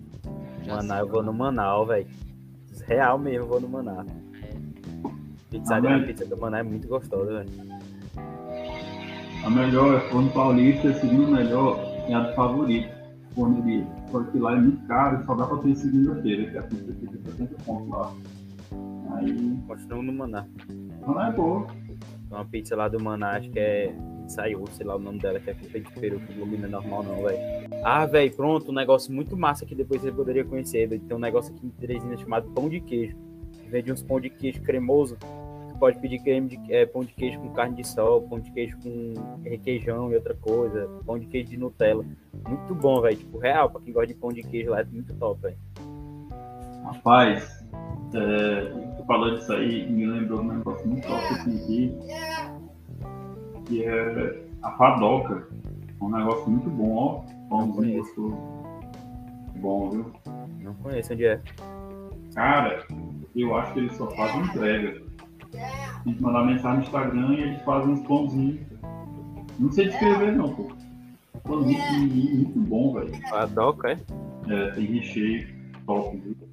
Speaker 1: Já
Speaker 4: Manaus,
Speaker 1: sei
Speaker 4: eu vou
Speaker 1: uma-
Speaker 4: no Manaus, velho. Real mesmo, eu vou no Manaus. Pizzaria,
Speaker 2: Ah,
Speaker 4: a
Speaker 2: mas-
Speaker 4: pizza do Manaus é muito gostosa, velho.
Speaker 2: A melhor é Forno Paulista, a segunda melhor é a do favorito, Forno de. Só que lá é muito caro, só dá pra ter segunda-feira, que é a pizza fica 70 pontos lá. Aí,
Speaker 4: Continuo no Manaus.
Speaker 2: não é boa.
Speaker 4: Tem uma pizza lá do Manaus, acho que é. Saiu, sei lá o nome dela, que é com peito de peru, que não é normal não, velho. Ah, velho, pronto, um negócio muito massa que depois você poderia conhecer. velho. Tem um negócio aqui em Teresina chamado pão de queijo. Que vende uns pão de queijo cremoso. Você pode pedir creme de, é, pão de queijo com carne de sol, pão de queijo com requeijão e outra coisa, pão de queijo de Nutella. Muito bom, velho. Tipo, real, pra quem gosta de pão de queijo lá, é muito top, velho.
Speaker 2: Rapaz, é, tu falou disso aí, me lembrou um negócio muito top que tem aqui, que é a padoca. Um negócio muito bom, ó. Pãozinho
Speaker 4: conheço.
Speaker 2: gostoso. Bom, viu?
Speaker 4: Não conheço onde é.
Speaker 2: Cara, eu acho que eles só fazem entrega. Tem que mandar mensagem no Instagram e eles fazem uns pãozinhos. Não sei descrever, não, pô. Pãozinho pequenininho, muito bom, velho.
Speaker 4: Padoca, é?
Speaker 2: É, tem recheio top, viu?